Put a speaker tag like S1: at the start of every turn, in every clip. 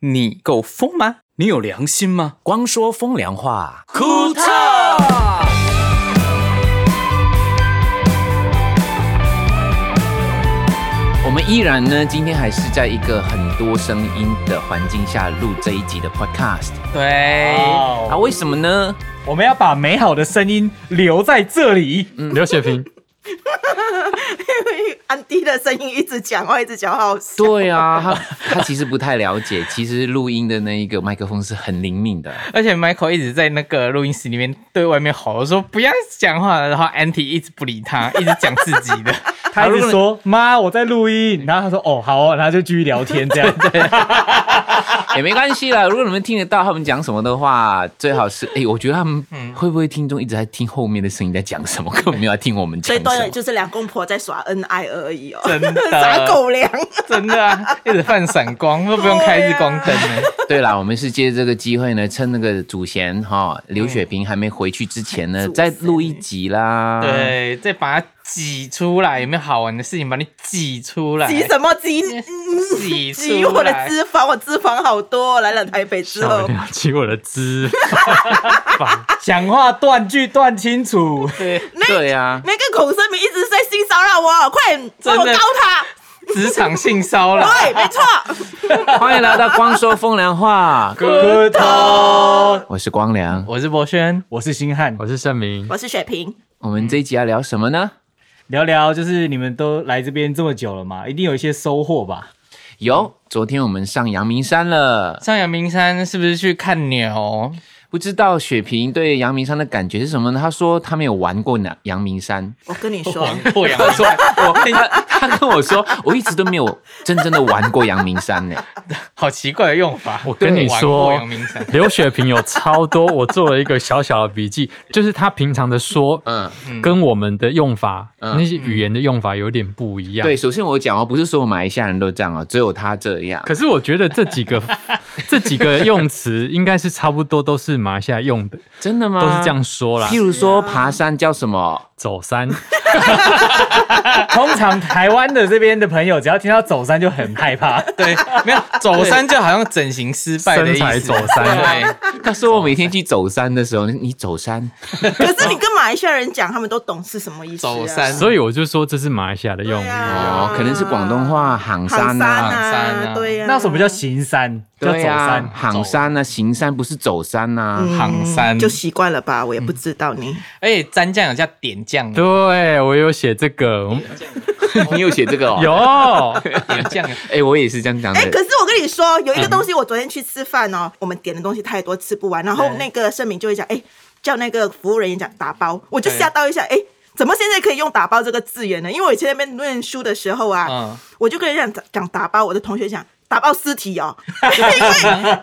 S1: 你够疯吗？你有良心吗？
S2: 光说风凉话，
S1: 库特。
S2: 我们依然呢，今天还是在一个很多声音的环境下录这一集的 podcast
S1: 对，
S2: 啊？为什么呢？
S3: 我们要把美好的声音留在这里。
S1: 嗯
S4: 刘雪萍，
S5: 安迪的声音一直讲话，一直讲话，好笑。
S2: 对啊，他他其实不太了解，其实录音的那一个麦克风是很灵 敏的。
S1: 而且 Michael 一直在那个录音室里面对外面吼说不要讲话，然后 Anty 一直不理 他，一直讲自己的。
S3: 他一直说：“妈，我在录音。”然后他说：“哦，好哦。”然后就继续聊天这样。
S2: 也没关系啦，如果你们听得到他们讲什么的话，最好
S1: 嗯
S2: 是哎、我觉得他们会不会听众一直在听后面的声音在讲什么，根本没有在听我们
S5: 所
S2: 讲
S5: 以
S2: 什么。
S5: 端了就是两公婆在耍恩爱而已哦，
S1: 真
S5: 撒
S1: 的，
S5: 狗粮。
S1: 真的啊，一直放闪光，都不
S3: 啊
S1: 用开日光灯呢。
S2: 对啦，我们是借这个机会呢，趁那个祖贤哈
S1: 嗯
S2: 刘雪萍还没回去之前呢，
S5: 祖
S2: 再
S5: 贤
S2: 录一集啦。，
S3: 嗯
S1: 对，再把它挤出来，有没有好玩的事情把你挤出来？
S5: 挤什么挤？
S1: 挤
S5: 挤
S1: 出
S5: 我的
S1: 来
S5: 脂肪，我脂肪好多哦。来了台北之 后，
S4: 起我的姿，
S3: 讲话断句断清楚。
S1: 对，
S2: 对啊呀、
S5: 那个孔生明一直在性骚扰我，快点帮我
S1: 真
S5: 告
S1: 的
S5: 他。
S1: 职场性骚扰。
S5: 对，没错，
S2: 欢迎来到光说风凉话，
S3: 哥头，
S2: 我是光良。
S1: 我是博轩，
S3: 我是星汉，
S4: 我是盛明。
S5: 我是雪萍。
S2: 我们这一集要聊什么呢？
S3: 聊聊就是你们都来这边这么久了嘛，一定有一些收获吧？
S2: 有，昨天我们上阳明山了，
S1: 上阳明山是不是去看牛？
S2: 不知道雪萍对阳明山的感觉是什么呢？她说她没有玩过阳阳明山，
S5: 我跟你 说，
S1: 破阳川，
S2: 我她她跟我说，我一直都没有真正的玩过阳明山呢、
S1: 好奇怪的用法。
S4: 我跟你说
S1: 玩过阳明 山，
S4: 刘雪萍有超多，我做了一个小小的笔 记，就是她平常的说，
S2: 嗯，
S4: 跟我们的用法，
S2: 嗯
S4: 那些语言的用法有点不一样。
S2: 对，，首先我讲哦，不是所有马来西亚人都这样哦，只有她这样。
S4: 可是我觉得这 几个这几个用词应该是差不多，都是马来西亚用的，
S2: 真的吗？
S4: 都是这样说啦
S2: 啊譬。如说爬山叫什么？
S4: 走山，
S3: 通常台湾的这边的朋友，只要听到走山就很害怕。
S1: 对，没有走山就好像整形失败的意思。
S4: 身材走山啊
S1: 对，
S2: 他说我每天去走山的时候，你走山，
S5: 可是你跟马来西亚人讲，他们都懂是什么意思啊。
S1: 走山
S4: 所以我就说这是马来西亚的用语。
S5: 对啊
S2: 哦，可能是广东话行
S5: 行
S2: 山
S5: 山
S2: 啊，
S1: 行山啊
S5: 啊，对呀，
S3: 那什么叫行山？叫走
S2: 对
S3: 山
S2: 啊，。行山啊，行山不是走山
S5: 嗯
S2: 啊。
S1: 行山
S5: 就习惯了吧？我也不知道你。
S1: 而且蘸酱有叫点酱，
S4: 对，我有写这个，
S2: 你 有写这个哦？。
S4: 有，
S1: 点酱。
S2: 哎，我也是这样讲
S5: 哎、可
S2: 的。
S5: 是我跟你说，有一
S4: 嗯
S5: 个东西，我昨天去吃饭哦，我们点的东西太多，吃不完。然后那个盛明就会讲，哎、叫那个服务人员讲打包，我就吓到一下，哎、怎么现在可以用“打包”这个字眼呢？因为我以前在那边念书的时候啊，
S1: 嗯，
S5: 我就跟人家讲讲打包，我的同学讲打包尸体 哦，因为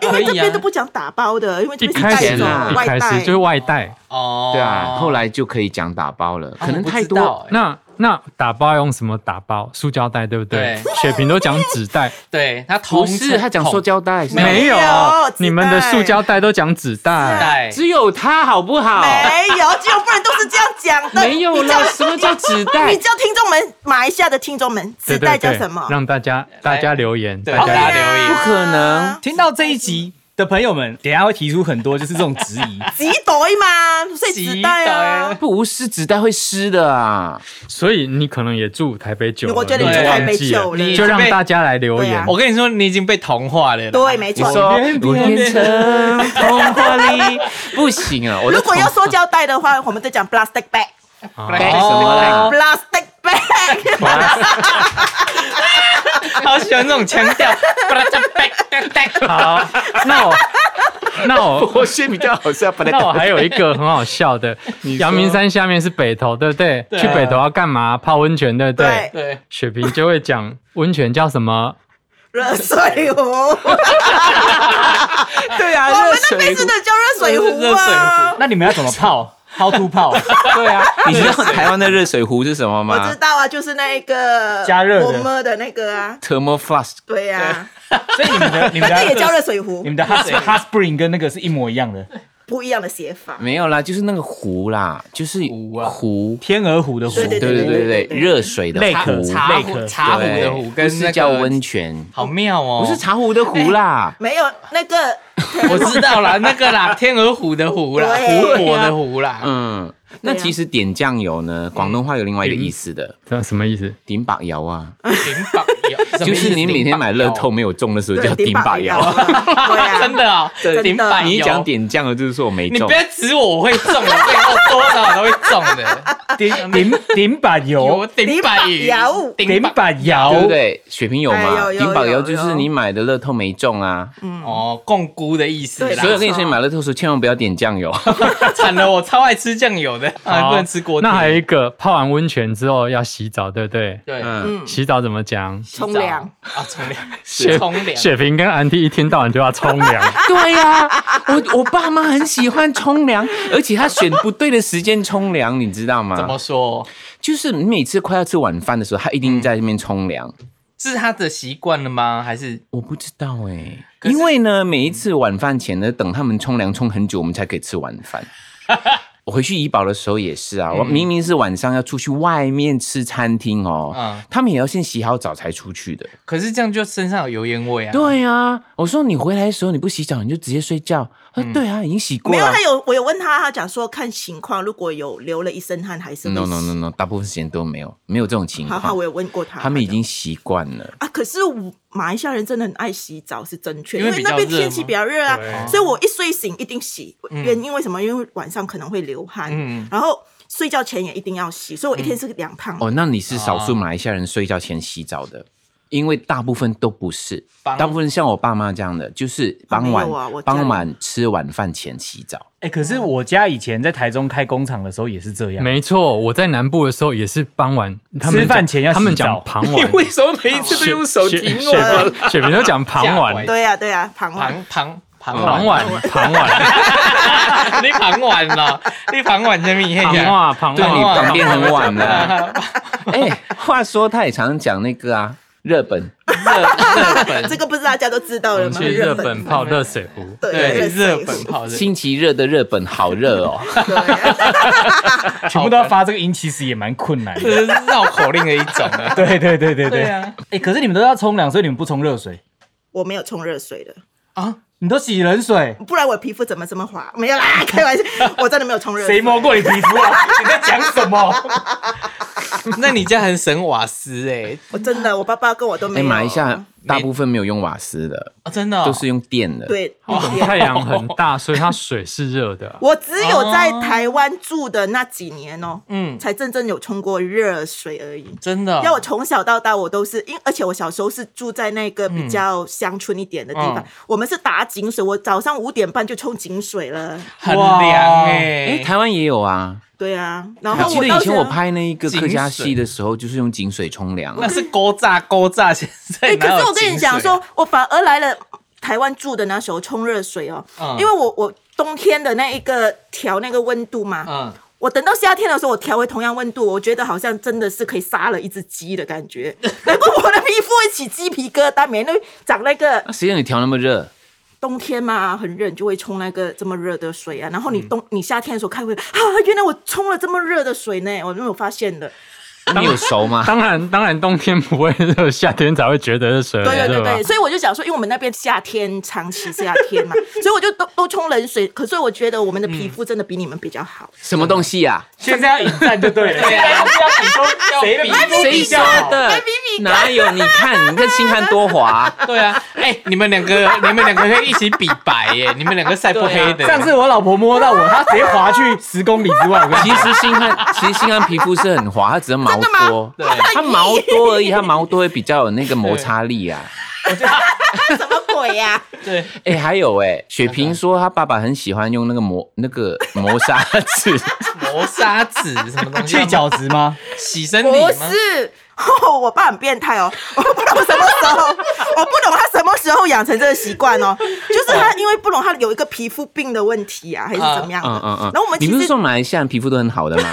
S5: 因为这边都不讲打包的，因为这
S4: 啊一
S5: 边是
S4: 开始
S5: 带
S2: 是
S5: 走
S2: 啊
S4: 一
S5: 外
S4: 开始
S5: 带
S4: 就。是外带。
S1: 哦，
S2: 对啊，后来就可以讲打包
S5: 哦
S2: 了，可能太多。
S1: 那
S4: 那那打包用什么打包？塑胶袋对不对？
S1: 对
S4: 雪萍都讲纸袋，
S1: 对他同
S2: 不是，他讲塑胶袋，
S1: 没有
S4: 没有
S5: 没有纸袋，
S4: 你们的塑胶袋都讲纸袋。
S1: 带，
S2: 只有他好不好？
S5: 没有，只有不然都是这样讲的。
S2: 没有
S5: 你叫
S2: 了，什么叫纸袋
S5: 你？叫听众们，马来西亚的听众们，纸
S4: 对
S5: 袋
S4: 对
S5: 叫
S4: 对
S5: 什么？啊
S4: 让大家大家留言，
S1: 对
S4: 大
S1: 大家
S4: 家
S1: 留言
S2: 不可能，
S3: 听到这一集的朋友们，等一下会提出很多就是这种质疑，
S5: 纸袋嘛，所以纸袋啊。
S2: 不湿纸袋会湿的啊。
S4: 所以你可能也住台北久了，
S5: 我觉得你
S1: 住
S4: 就
S1: 台
S5: 北
S4: 忘记
S5: 久了
S4: 了，就哦让大家来留
S5: 对
S4: 言
S5: 啊。
S1: 我跟你说，你已经被同化了啦。
S5: 对，没
S2: 你
S5: 错。
S2: 说
S3: 变
S2: 我
S3: 变
S2: 变成童话里不行啊！我的
S5: 如果要塑胶袋的话，我们就讲 plastic bag，plastic
S4: 啊
S2: 袋什么
S1: 哦
S2: 嘞？
S5: bag。
S1: 好喜欢这种腔调。
S4: 好， 那我那我。
S2: 我先比较好笑，本
S4: 那我还有一个很好笑 的，阳明山下面是北投，对不对？
S1: 对啊
S4: 去北投要干嘛？泡温泉，对不对
S5: 对？
S1: 对，
S4: 雪萍就会讲温泉叫什么？
S5: 热水壶，我
S2: 对啊，
S5: 们那边真的叫热水壶啊。
S3: 那你们要怎么泡？抛 突泡，
S2: 对啊，你知道台湾的热水壶是什么
S5: 我知
S2: 吗
S5: 道啊，就是那个
S3: 加热的
S5: 我们的那个啊，
S2: ？Thermo Flask，
S5: 对呀，
S3: 所以你们的你们
S5: 那
S3: 的
S5: 也叫热水壶
S3: 你。们的 hot hot spring 跟那个是一模一样的。
S5: 不一样的写法。
S2: 没有啦，就是那个湖啦，就是
S1: 湖啊
S2: 湖，
S3: 天鹅湖的湖，
S5: 对
S2: 对
S5: 对
S2: 对
S5: 对
S2: 对
S5: 对
S2: 对，热水的
S3: 内
S2: 湖
S3: 可，
S1: 茶
S3: 内
S1: 壶
S3: 可
S1: 茶壶的壶跟
S2: 对不
S1: 那
S2: 是
S1: 个
S2: 叫温，泉，
S1: 好妙哦，
S2: 不是茶壶的壶啦，
S5: 没有那个，
S1: 我知道啦，那个啦， 天鹅湖的湖啦，
S5: 对
S1: 湖泊的湖啦，
S2: 嗯，那其实点酱油呢，广东话有另外一个意思的，
S4: 这什么意思？
S2: 顶白油啊，
S1: 顶榜有
S2: 就是你每天买乐透，没有中的时候
S5: 对
S2: 叫顶白油
S5: 摇，。 对啊，
S1: 什么意思顶榜 真的啊，
S5: 真的
S1: 顶榜
S2: 你一
S1: 有
S2: 讲点酱油，就是说我没
S1: 你
S2: 中
S1: 不。要指我，我会中的，最后多少都会中的。
S3: 顶顶顶板
S1: 有
S3: 油，
S1: 顶板
S5: 顶板油
S3: 顶
S1: 板
S3: 板油，
S2: 对不对？水瓶油
S5: 哎
S2: 嘛，
S5: 有有
S2: 顶宝油
S5: 有
S2: 就是你买的乐透没中啊，
S1: 哦，共估的意思
S5: 对
S1: 啦
S2: 所以。我跟你说，你买乐透的时候千万不要点酱油，
S1: 惨了，我超爱吃酱油 的，啊，
S4: 好
S1: 不能吃锅底。
S4: 那还有一个，泡完温泉之后要洗澡，对不对？
S1: 对，
S2: 嗯，
S5: 嗯
S4: 洗澡怎么讲？
S1: 洗澡
S5: 冲凉
S1: 啊，冲 凉，
S4: 雪
S1: 冲凉。
S4: 雪萍跟安迪一天到晚就要冲凉，
S2: 对呀、我我爸妈很喜欢冲凉，而且他选不对的时间冲凉，你知道
S1: 怎么
S2: 吗？
S1: 说？
S2: 就是你每次快要吃晚饭的时候，他一定在那边冲凉。
S1: 嗯是他的习惯了吗？还是
S2: 我不知道哎、
S1: 可是
S2: 因为呢，每一次晚饭前呢，等他们冲凉冲很久，我们才可以吃晚 饭。我回去怡保的时候也是
S1: 嗯
S2: 啊，我明明是晚上要出去外面吃餐厅哦，
S1: 嗯
S2: 他们也要先洗好澡才出去的。
S1: 可是这样就身上有油烟味啊？，
S2: 对啊，我说你回来的时候你不洗澡你就直接睡觉。他
S1: 嗯
S2: 说对啊，已经洗过
S5: 没有，
S2: 了
S5: 他。有我有问他，他讲说看情况，如果有流了一身汗，还是会
S2: No no
S5: 洗
S2: no no，大部分时间都没有，没有这种情
S5: 嗯好好，
S2: 况
S5: 我。有问过他，
S2: 他们已经习惯了。
S5: 啊，可是我马来西亚人真的很爱洗澡，是正确，
S1: 因
S5: 因
S1: 为
S5: 为
S1: 比较
S5: 那边
S1: 热
S5: 天气
S1: 吗
S5: 比较热啊，
S4: 对
S5: 所以我一睡醒一定洗。原因为什么？因为晚上可能会流汗，
S1: 嗯
S5: 然后睡觉前也一定要洗，所以我一天是两趟。
S2: 哦，那你是少数马来西亚人睡觉前洗澡的，因为大部分都不是，
S1: 傍
S2: 大部分像我爸妈这样的，就是傍晚、
S5: 没有啊我家里
S2: 傍晚吃晚饭前洗澡。
S3: 哎，可是我家以前在台中开工厂的时候也是这样，
S4: 没错，我在南部的时候也是傍晚，他们
S3: 吃饭前要洗澡
S4: 他们讲傍晚，
S1: 什么每一次
S4: 雪
S1: 哦
S4: 雪
S1: 啊
S4: 雪萍雪萍都讲傍
S1: 吓
S4: 晚
S1: 坏，
S5: 对呀、对呀、啊旁晚
S1: 旁旁旁
S4: 傍晚，傍晚，
S1: 你旁晚了，你旁晚前面也啊
S4: 傍
S1: 讲。
S4: 晚，傍
S2: 对你
S4: 晚，
S2: 旁边很晚了。 哎、话说他也常讲那个啊，日本
S1: 日本
S5: 这个不是大家都知道
S4: 我
S5: 了
S4: 们
S5: 吗？
S4: 去日本泡热水壶，
S5: 对
S1: 对
S5: 热
S1: 日
S5: 水
S1: 本
S5: 壶
S1: 泡的，
S2: 星期热的日本好热 哦。
S5: 啊对，
S3: 全部都要发这个音，其实也蛮困难
S1: 这
S3: 的。
S1: 是绕口令的一种啊。
S3: 对对对对
S1: 对
S3: 对。
S1: 啊，
S3: 哎，可是你们都要冲凉，所以你们不冲热水，
S5: 我没有冲热水的，
S1: 啊，
S3: 你都洗冷水，
S5: 不然我皮肤怎么这么滑？没有啦，开玩笑，我真的没有冲热水。
S3: 谁摸？过你皮肤啊？你在讲什么？
S1: 那你家很省瓦斯哎，
S5: 我真的，我爸爸跟我都
S2: 哎、
S5: 没有。
S2: 马来西亚大部分没有用瓦斯的，
S1: 啊真的哦
S2: 都是用电的。，
S5: 对，
S4: 太阳很大，所以它水是热的。
S5: 我只有在台湾住的那几年哦，嗯，才真正有冲过热水而已。
S1: 真的哦。
S5: 要我从小到大，我都是因，而且我小时候是住在那个比较乡村一点的地方，
S1: 嗯
S5: 我们是打井水，我早上五点半就冲井水了。
S1: 很凉
S2: 哎、
S1: 哎，
S2: 台湾也有啊。
S5: 对啊，然
S2: 我
S5: 后
S2: 记
S5: 我
S2: 得
S5: 到
S2: 以前我
S5: 现在，
S2: 拍那一个客家
S1: 井水
S2: 戏的时候，就是用井水冲凉。
S1: 那是勾炸勾炸，现在
S5: 哎，可
S1: 哪有
S5: 是我跟你讲
S1: 井水啊
S5: 说，我反而来了台湾住的那时候冲热水哦，
S1: 嗯
S5: 因为我我冬天的那一个调那个温度嘛，
S1: 嗯，
S5: 我等到夏天的时候，我调回同样温度，我觉得好像真的是可以杀了一只鸡的感觉。 难怪我的皮肤会起鸡皮疙瘩，每天都长那个
S2: 那谁让你调那么热？
S5: 冬天嘛，很热，你就会冲那个这么热的水啊。然后你冬、你夏天的时候开会啊，原来我冲了这么热的水呢，我没有发现的。
S2: 你有熟吗？
S4: 当然，当然，冬天不会热，夏天才会觉得热水
S5: 对对
S4: 很
S5: 对
S4: 热吧
S5: 对，？所以我就想说，因为我们那边夏天长期夏天嘛， 所以我就都都冲冷水。可是我觉得我们的皮
S2: 嗯
S5: 肤真的比你们比较 好。
S2: 什么东西啊呀、
S3: 现在要引战就对了。
S1: 对啊
S3: 现在要比说谁的皮肤
S2: 谁
S3: 哎比
S2: 说
S3: 较好？
S2: 的？哪有？你看，你看星汉多滑，
S1: 对啊，哎，你们两个，你们两个可以一起比白耶，你们两个晒不黑的。
S3: 啊上次我老婆摸到我，她直接滑去十公里之外。我跟你
S2: 其实星汉，其实星汉皮肤是很滑，它只是毛多，
S1: 真的吗
S2: 它毛多而已，它毛多会比较有那个摩擦力啊。
S5: 什么鬼呀、
S1: 对，
S2: 哎、还有哎、雪萍说她爸爸很喜欢用那个磨那个磨砂纸，
S1: 磨砂纸什么东西？
S3: 去角质吗？
S1: 洗身体
S5: 不
S1: 吗？
S5: 是、哦，我爸很变态哦，我不懂什么时候， 我不懂他什么时候养成这个习惯哦，就是他因为不懂他有一个皮肤病的问题啊，还是怎么样的。
S2: 嗯嗯嗯。
S5: 然后我们
S2: 你
S5: 其
S2: 不是
S5: 实
S2: 说马来西亚人皮肤都很好的吗？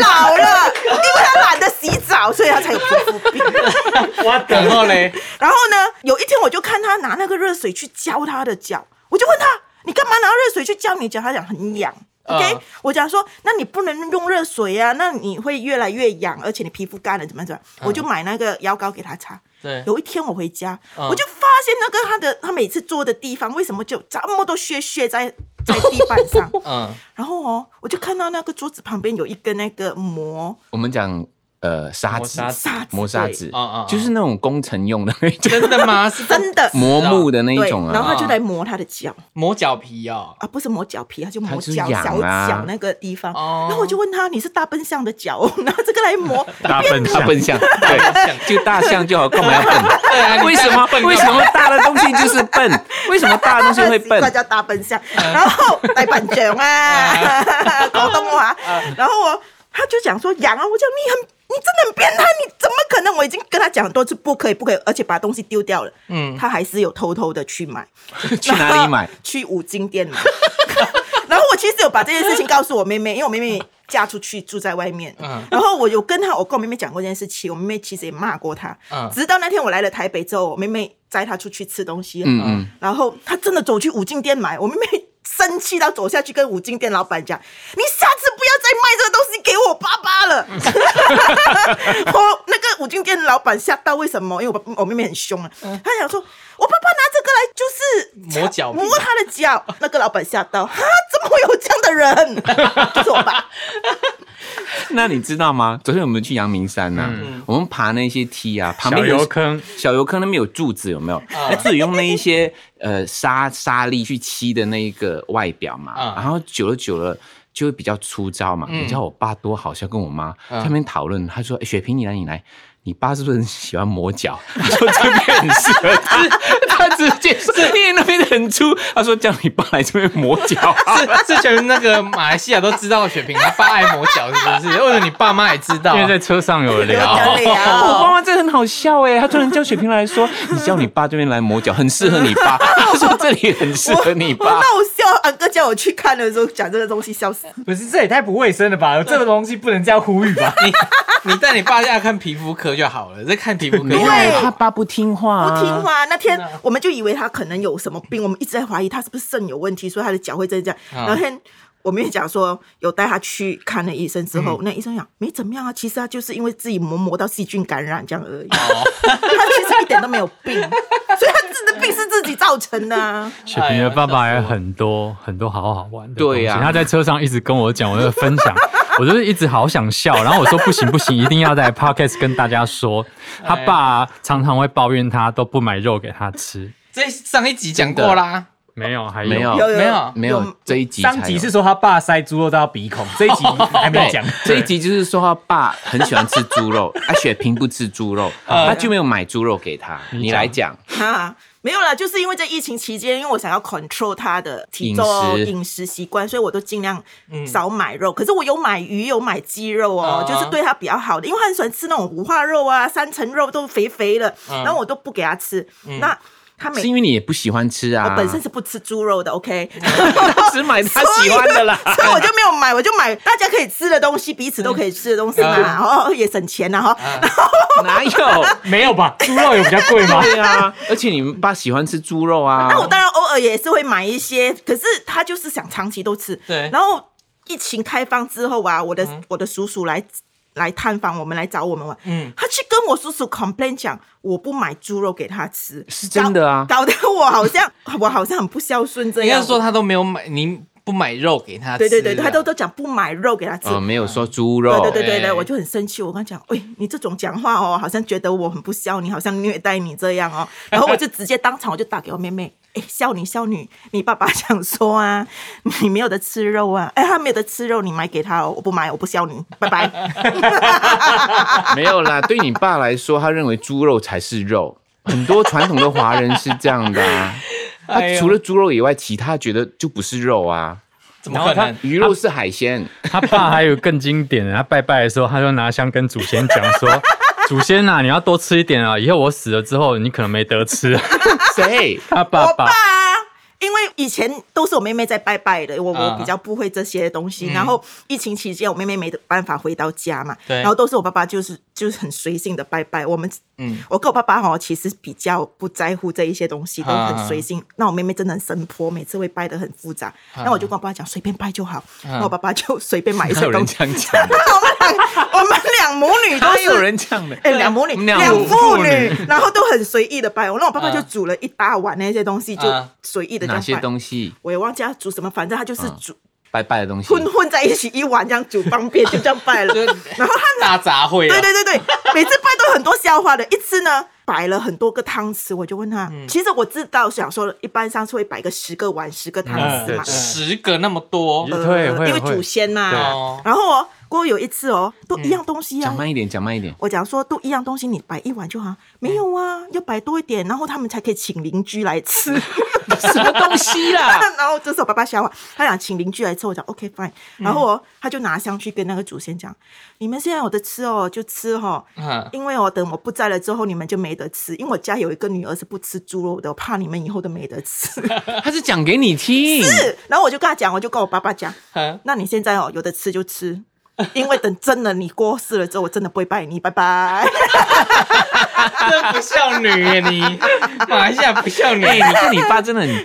S5: 老了，因为他懒得洗澡，所以他才有皮肤病。
S1: 我然后嘞，
S5: 然后呢，有一天我就看他拿那个热水去浇他的脚，我就问他。你干嘛拿热水去浇你脚？他讲很痒。OK，、
S1: 嗯
S5: 我讲说，那你不能用热水呀、啊，那你会越来越痒，而且你皮肤干了怎么样怎么样？我就买那个药膏给他擦。
S1: 嗯对，
S5: 有一天我回家，
S1: 嗯
S5: 我就发现那个他的他每次坐的地方，为什么就这么多屑屑在在地板上？
S1: 嗯，
S5: 然后哦，我就看到那个桌子旁边有一根那个膜
S2: 我们讲呃沙
S1: 磨
S2: 子
S1: 砂，
S5: 沙子，
S2: 磨砂
S5: 对
S2: 纸
S1: 啊啊啊，
S2: 就是那种工程用的那种
S1: 真的吗？是
S5: 真的
S2: 磨木的那一
S5: 对，
S2: 种
S5: 然后
S2: 啊，
S5: 他就来磨他的脚
S1: 磨脚皮哦，
S5: 啊，不是磨脚皮，他就磨
S2: 他就是
S5: 脚、
S2: 痒
S5: 小
S2: 啊
S5: 脚那个地方。
S1: 哦
S5: 然后我就问他，你是大笨象的脚 哦，拿这个来磨，
S4: 大 笨
S2: 大
S4: 象，
S2: 笨象，对，就大象就好，干嘛要 笨？
S1: 对啊，
S2: 为什么为什么大的东西就是笨？为什么大的东西会 笨
S5: 怪？叫大笨象，然后大笨象啊，广东话。啊然后我他就讲说痒啊，我讲你很你真的很变态，你怎么可能？我已经跟他讲很多次不可以不可以，而且把东西丢掉了，嗯，他还是有偷偷的去买，
S2: 去哪里买？？
S5: 去五金店买。 然后我其实有把这件事情告诉我妹妹，因为我妹妹嫁出去住在外面，
S1: 嗯
S5: 然后我有跟她，我跟我妹妹讲过这件事情，我妹妹其实也骂过她，
S1: 嗯
S5: 直到那天我来了台北之后，我妹妹载她出去吃东西，
S2: 嗯嗯，
S5: 然后她真的走去五金店买，我妹妹。生气到走下去跟五金店老板讲：“你下次不要再卖这个东西给我爸爸了。” 我哦那个五金店老板吓到，为什么？因为我爸我妹妹很凶啊，她想说：“我爸爸拿这个来就是
S1: 嗯磨脚皮
S5: 摸他的脚，那个老板吓到，哈，怎么会有这样 的人？就是我爸，
S2: 那你知道吗？昨天我们去阳明山呐、我们爬那些梯啊，旁
S4: 嗯小
S2: 边有
S4: 油坑，啊
S2: 小油坑那边有柱子，有没有？那自己用那一些 呃沙沙粒去漆的那一个外表嘛，
S4: 啊
S1: 嗯
S2: 然后久了久了。就会比较粗糙嘛。
S4: 嗯
S2: 你知道我爸多好笑，跟我妈
S1: 嗯
S4: 啊
S2: 下面讨论，他说：“欸雪萍，你来，你来，你爸是不是很喜欢磨脚？” 他说：“这边很适合。他”他直 接说：“因为那边很粗。”他说：“叫你爸来这边磨脚。
S1: 是是全那个马来西亚都知道雪萍他爸爱磨脚是不是？为什么你爸妈也知道
S4: 因
S1: 啊？
S4: 为在车上有
S5: 有
S4: 聊。
S5: 讲
S2: 哦
S5: 啊
S2: 我 爸
S5: 了，
S2: 妈真的很好笑哎，他突然叫雪萍来说：“你叫你爸这边来磨脚，很适合你 爸。”他说：“这里很适合你
S5: 我
S2: 爸。”
S5: 那我笑，俺哥叫我去看的时候讲这个东西，笑死。
S3: 不是这也太不卫生了吧？这个东西不能这样呼吁 吧？
S1: 你带你爸家看皮肤科就好了，再看皮肤科
S2: 没
S1: 就
S2: 有
S1: 好了。
S2: 他爸不听话、
S5: 不
S2: 啊，
S5: 听。话，那天我们就以为他可能有什么病，我们一直在怀疑他是不是肾有问题，所以他的脚会这样。然后天我们也讲说有带他去看了医生之后，那医生讲没怎么样啊，其实他就是因为自己磨磨到细菌感染这样而已， 他其实一点都没有病，所以他自己的病是自己造成的、啊。
S4: 雪萍的爸爸也很多很多好好玩的东
S2: 哎
S4: 西，
S2: 对呀
S4: 他在车上一直跟我讲，我在分 享，我就是一直好想笑，然后我说不行不行，一定要在 podcast 跟大家说，
S2: 哎
S4: 他爸常常会抱怨他都不买肉给他吃，
S1: 这上一集讲过啦，
S4: 哦没有还
S2: 没有
S5: 有
S1: 没有
S2: 没有这一集才有，哦
S3: 上集是说他爸塞猪肉到 鼻孔，这一集还没有
S2: 对
S3: 讲。
S2: 这一集就是说他爸很喜欢吃猪 肉，啊，雪萍不吃猪肉，他就没有买猪肉给他。你来讲，
S5: 啊，没有啦，就是因为在疫情期间，因为我想要 control 他的体重、
S2: 饮食
S5: 饮食习惯，所以我都尽量少买肉。可是我有买鱼，有买鸡肉哦，
S1: 嗯啊
S5: 就是对他比较好的，因为他很喜欢吃那种五花肉啊、三层肉，都肥肥的，
S1: 嗯
S5: 然后我都不给他吃。那他每
S2: 是因为你也不喜欢吃啊，
S5: 我本身是不吃猪肉的，OK，
S2: 只买他喜欢 的啦。
S5: 所以我就没有买，我就买大家可以吃的东西，彼此都可以吃的东西嘛，
S1: 嗯
S5: 然后也省钱啊然后
S2: 哪有？
S3: 没有吧？猪肉有比较贵 吗？
S2: 对啊，而且你们爸喜欢吃猪肉啊。
S5: 那我当然偶尔也是会买一些，可是他就是想长期都吃。
S1: 对
S5: 然后疫情开放之后啊，我的、我的叔叔来来探访我们，来找我们玩。
S1: 嗯，
S5: 他去跟我叔叔 complain 讲，我不买猪肉给他吃，
S2: 是真的啊
S5: 搞搞得我好像 我好像很不孝顺这
S1: 应该
S5: 样。
S1: 是说他都没有买，你不买肉给他吃啊。
S5: 对对对，他都都讲不买肉给他吃。
S2: 呃，没有说猪肉，
S5: 对对对对对，
S1: 哎
S5: 我就很生气，我跟他讲，喂、你这种讲话哦，好像觉得我很不孝，你好像虐待你这样哦， 然后我就直接当场我就打给我妹妹，哎，孝女孝女，你爸爸想说啊，你没有得吃肉啊，哎，他没有得吃肉，你买给他哦，我不买，我不孝女，拜拜。
S2: 没有啦。对你爸来说，他认为猪肉才是肉。很多传统的华人是这样的啊，他
S1: 哎呦
S2: 除了猪肉以外，其他觉得就不是肉啊。
S1: 怎么可能？
S2: 鱼肉是海鲜，
S4: 他爸还有更经典的，他拜拜的时候，他就拿香跟祖先讲 说：“祖先呐、啊，你要多吃一点啊，以后我死了之后，你可能没得吃。
S2: 谁”？
S4: 他爸
S5: 我爸
S4: 爸
S5: 啊，因为以前都是我妹妹在拜拜的，我我
S1: 啊
S5: 比较不会这些东西。然后疫情期间，我妹妹没得办法回到家嘛，
S1: 对
S5: 然后都是我爸爸就是就是很随性的拜拜。我们，
S1: 嗯，
S5: 我跟我爸爸哈，其实比较不在乎这一些东西，都很随性。那我妹妹真的很神婆，每次会拜的很复杂。那我就跟我爸爸讲，随便拜就好。那我爸爸就随便买一
S2: 还有
S5: 些
S2: 人
S5: 东西。
S2: 这样讲的，
S5: 我们两，我们两母女都
S2: 还
S5: 是
S2: 有人这样的。
S5: 哎，两母女，
S2: 两
S5: 两
S2: 父
S5: 父女，然后都很随意的拜。我那我爸爸就
S1: 嗯
S5: 煮了一大碗那些东西，就
S1: 嗯
S5: 随意的这
S2: 哪
S5: 样
S2: 些
S5: 拜。
S2: 东西？
S5: 我也忘记他煮什么，反正他就是煮
S2: 拜拜的东西。
S5: 混混在一起一碗这样煮方便，就这样拜了。然后他
S1: 大杂烩
S5: 对
S1: 啊，
S5: 对对对，每次拜都有很多消化的。一次呢，摆了很多个汤匙，我就问他，其实我知道，想说一般上次会摆个十个碗、十个汤匙嘛，呃
S1: 十个那么多，
S4: 嗯对会
S5: 因为
S4: 会
S5: 祖先嘛
S4: 对
S1: 哦。
S5: 然后哦，过后有一次哦，都一样东西啊
S2: 讲。慢一点，讲慢一点。
S5: 我讲说都一样东西，你摆一碗就好。没有啊，
S2: 哎
S5: 要摆多一点，然后他们才可以请邻居来吃。
S2: 什么东西啦？
S5: 然后这时候爸爸笑我，他想请邻居来吃，我讲 OK fine。然
S2: 嗯
S5: 后哦，他就拿香去跟那个祖先讲，你们现在有的吃哦，就吃哦，
S2: 啊
S1: 嗯，
S5: 因为哦，等我不在了之后，你们就没得吃。因为我家有一个女儿是不吃猪肉的，我怕你们以后都没得吃。
S1: 嗯
S2: 他是讲给你听，
S5: 然后我就跟他讲，我就跟我爸 爸讲，
S1: 嗯
S5: 那你现在哦，有的吃就吃。因为等真的你过世了之后，我真的不会拜你，拜拜。
S1: 真不孝女耶 你，马来西亚不孝女，
S2: 哎、你看你爸真的很
S1: 很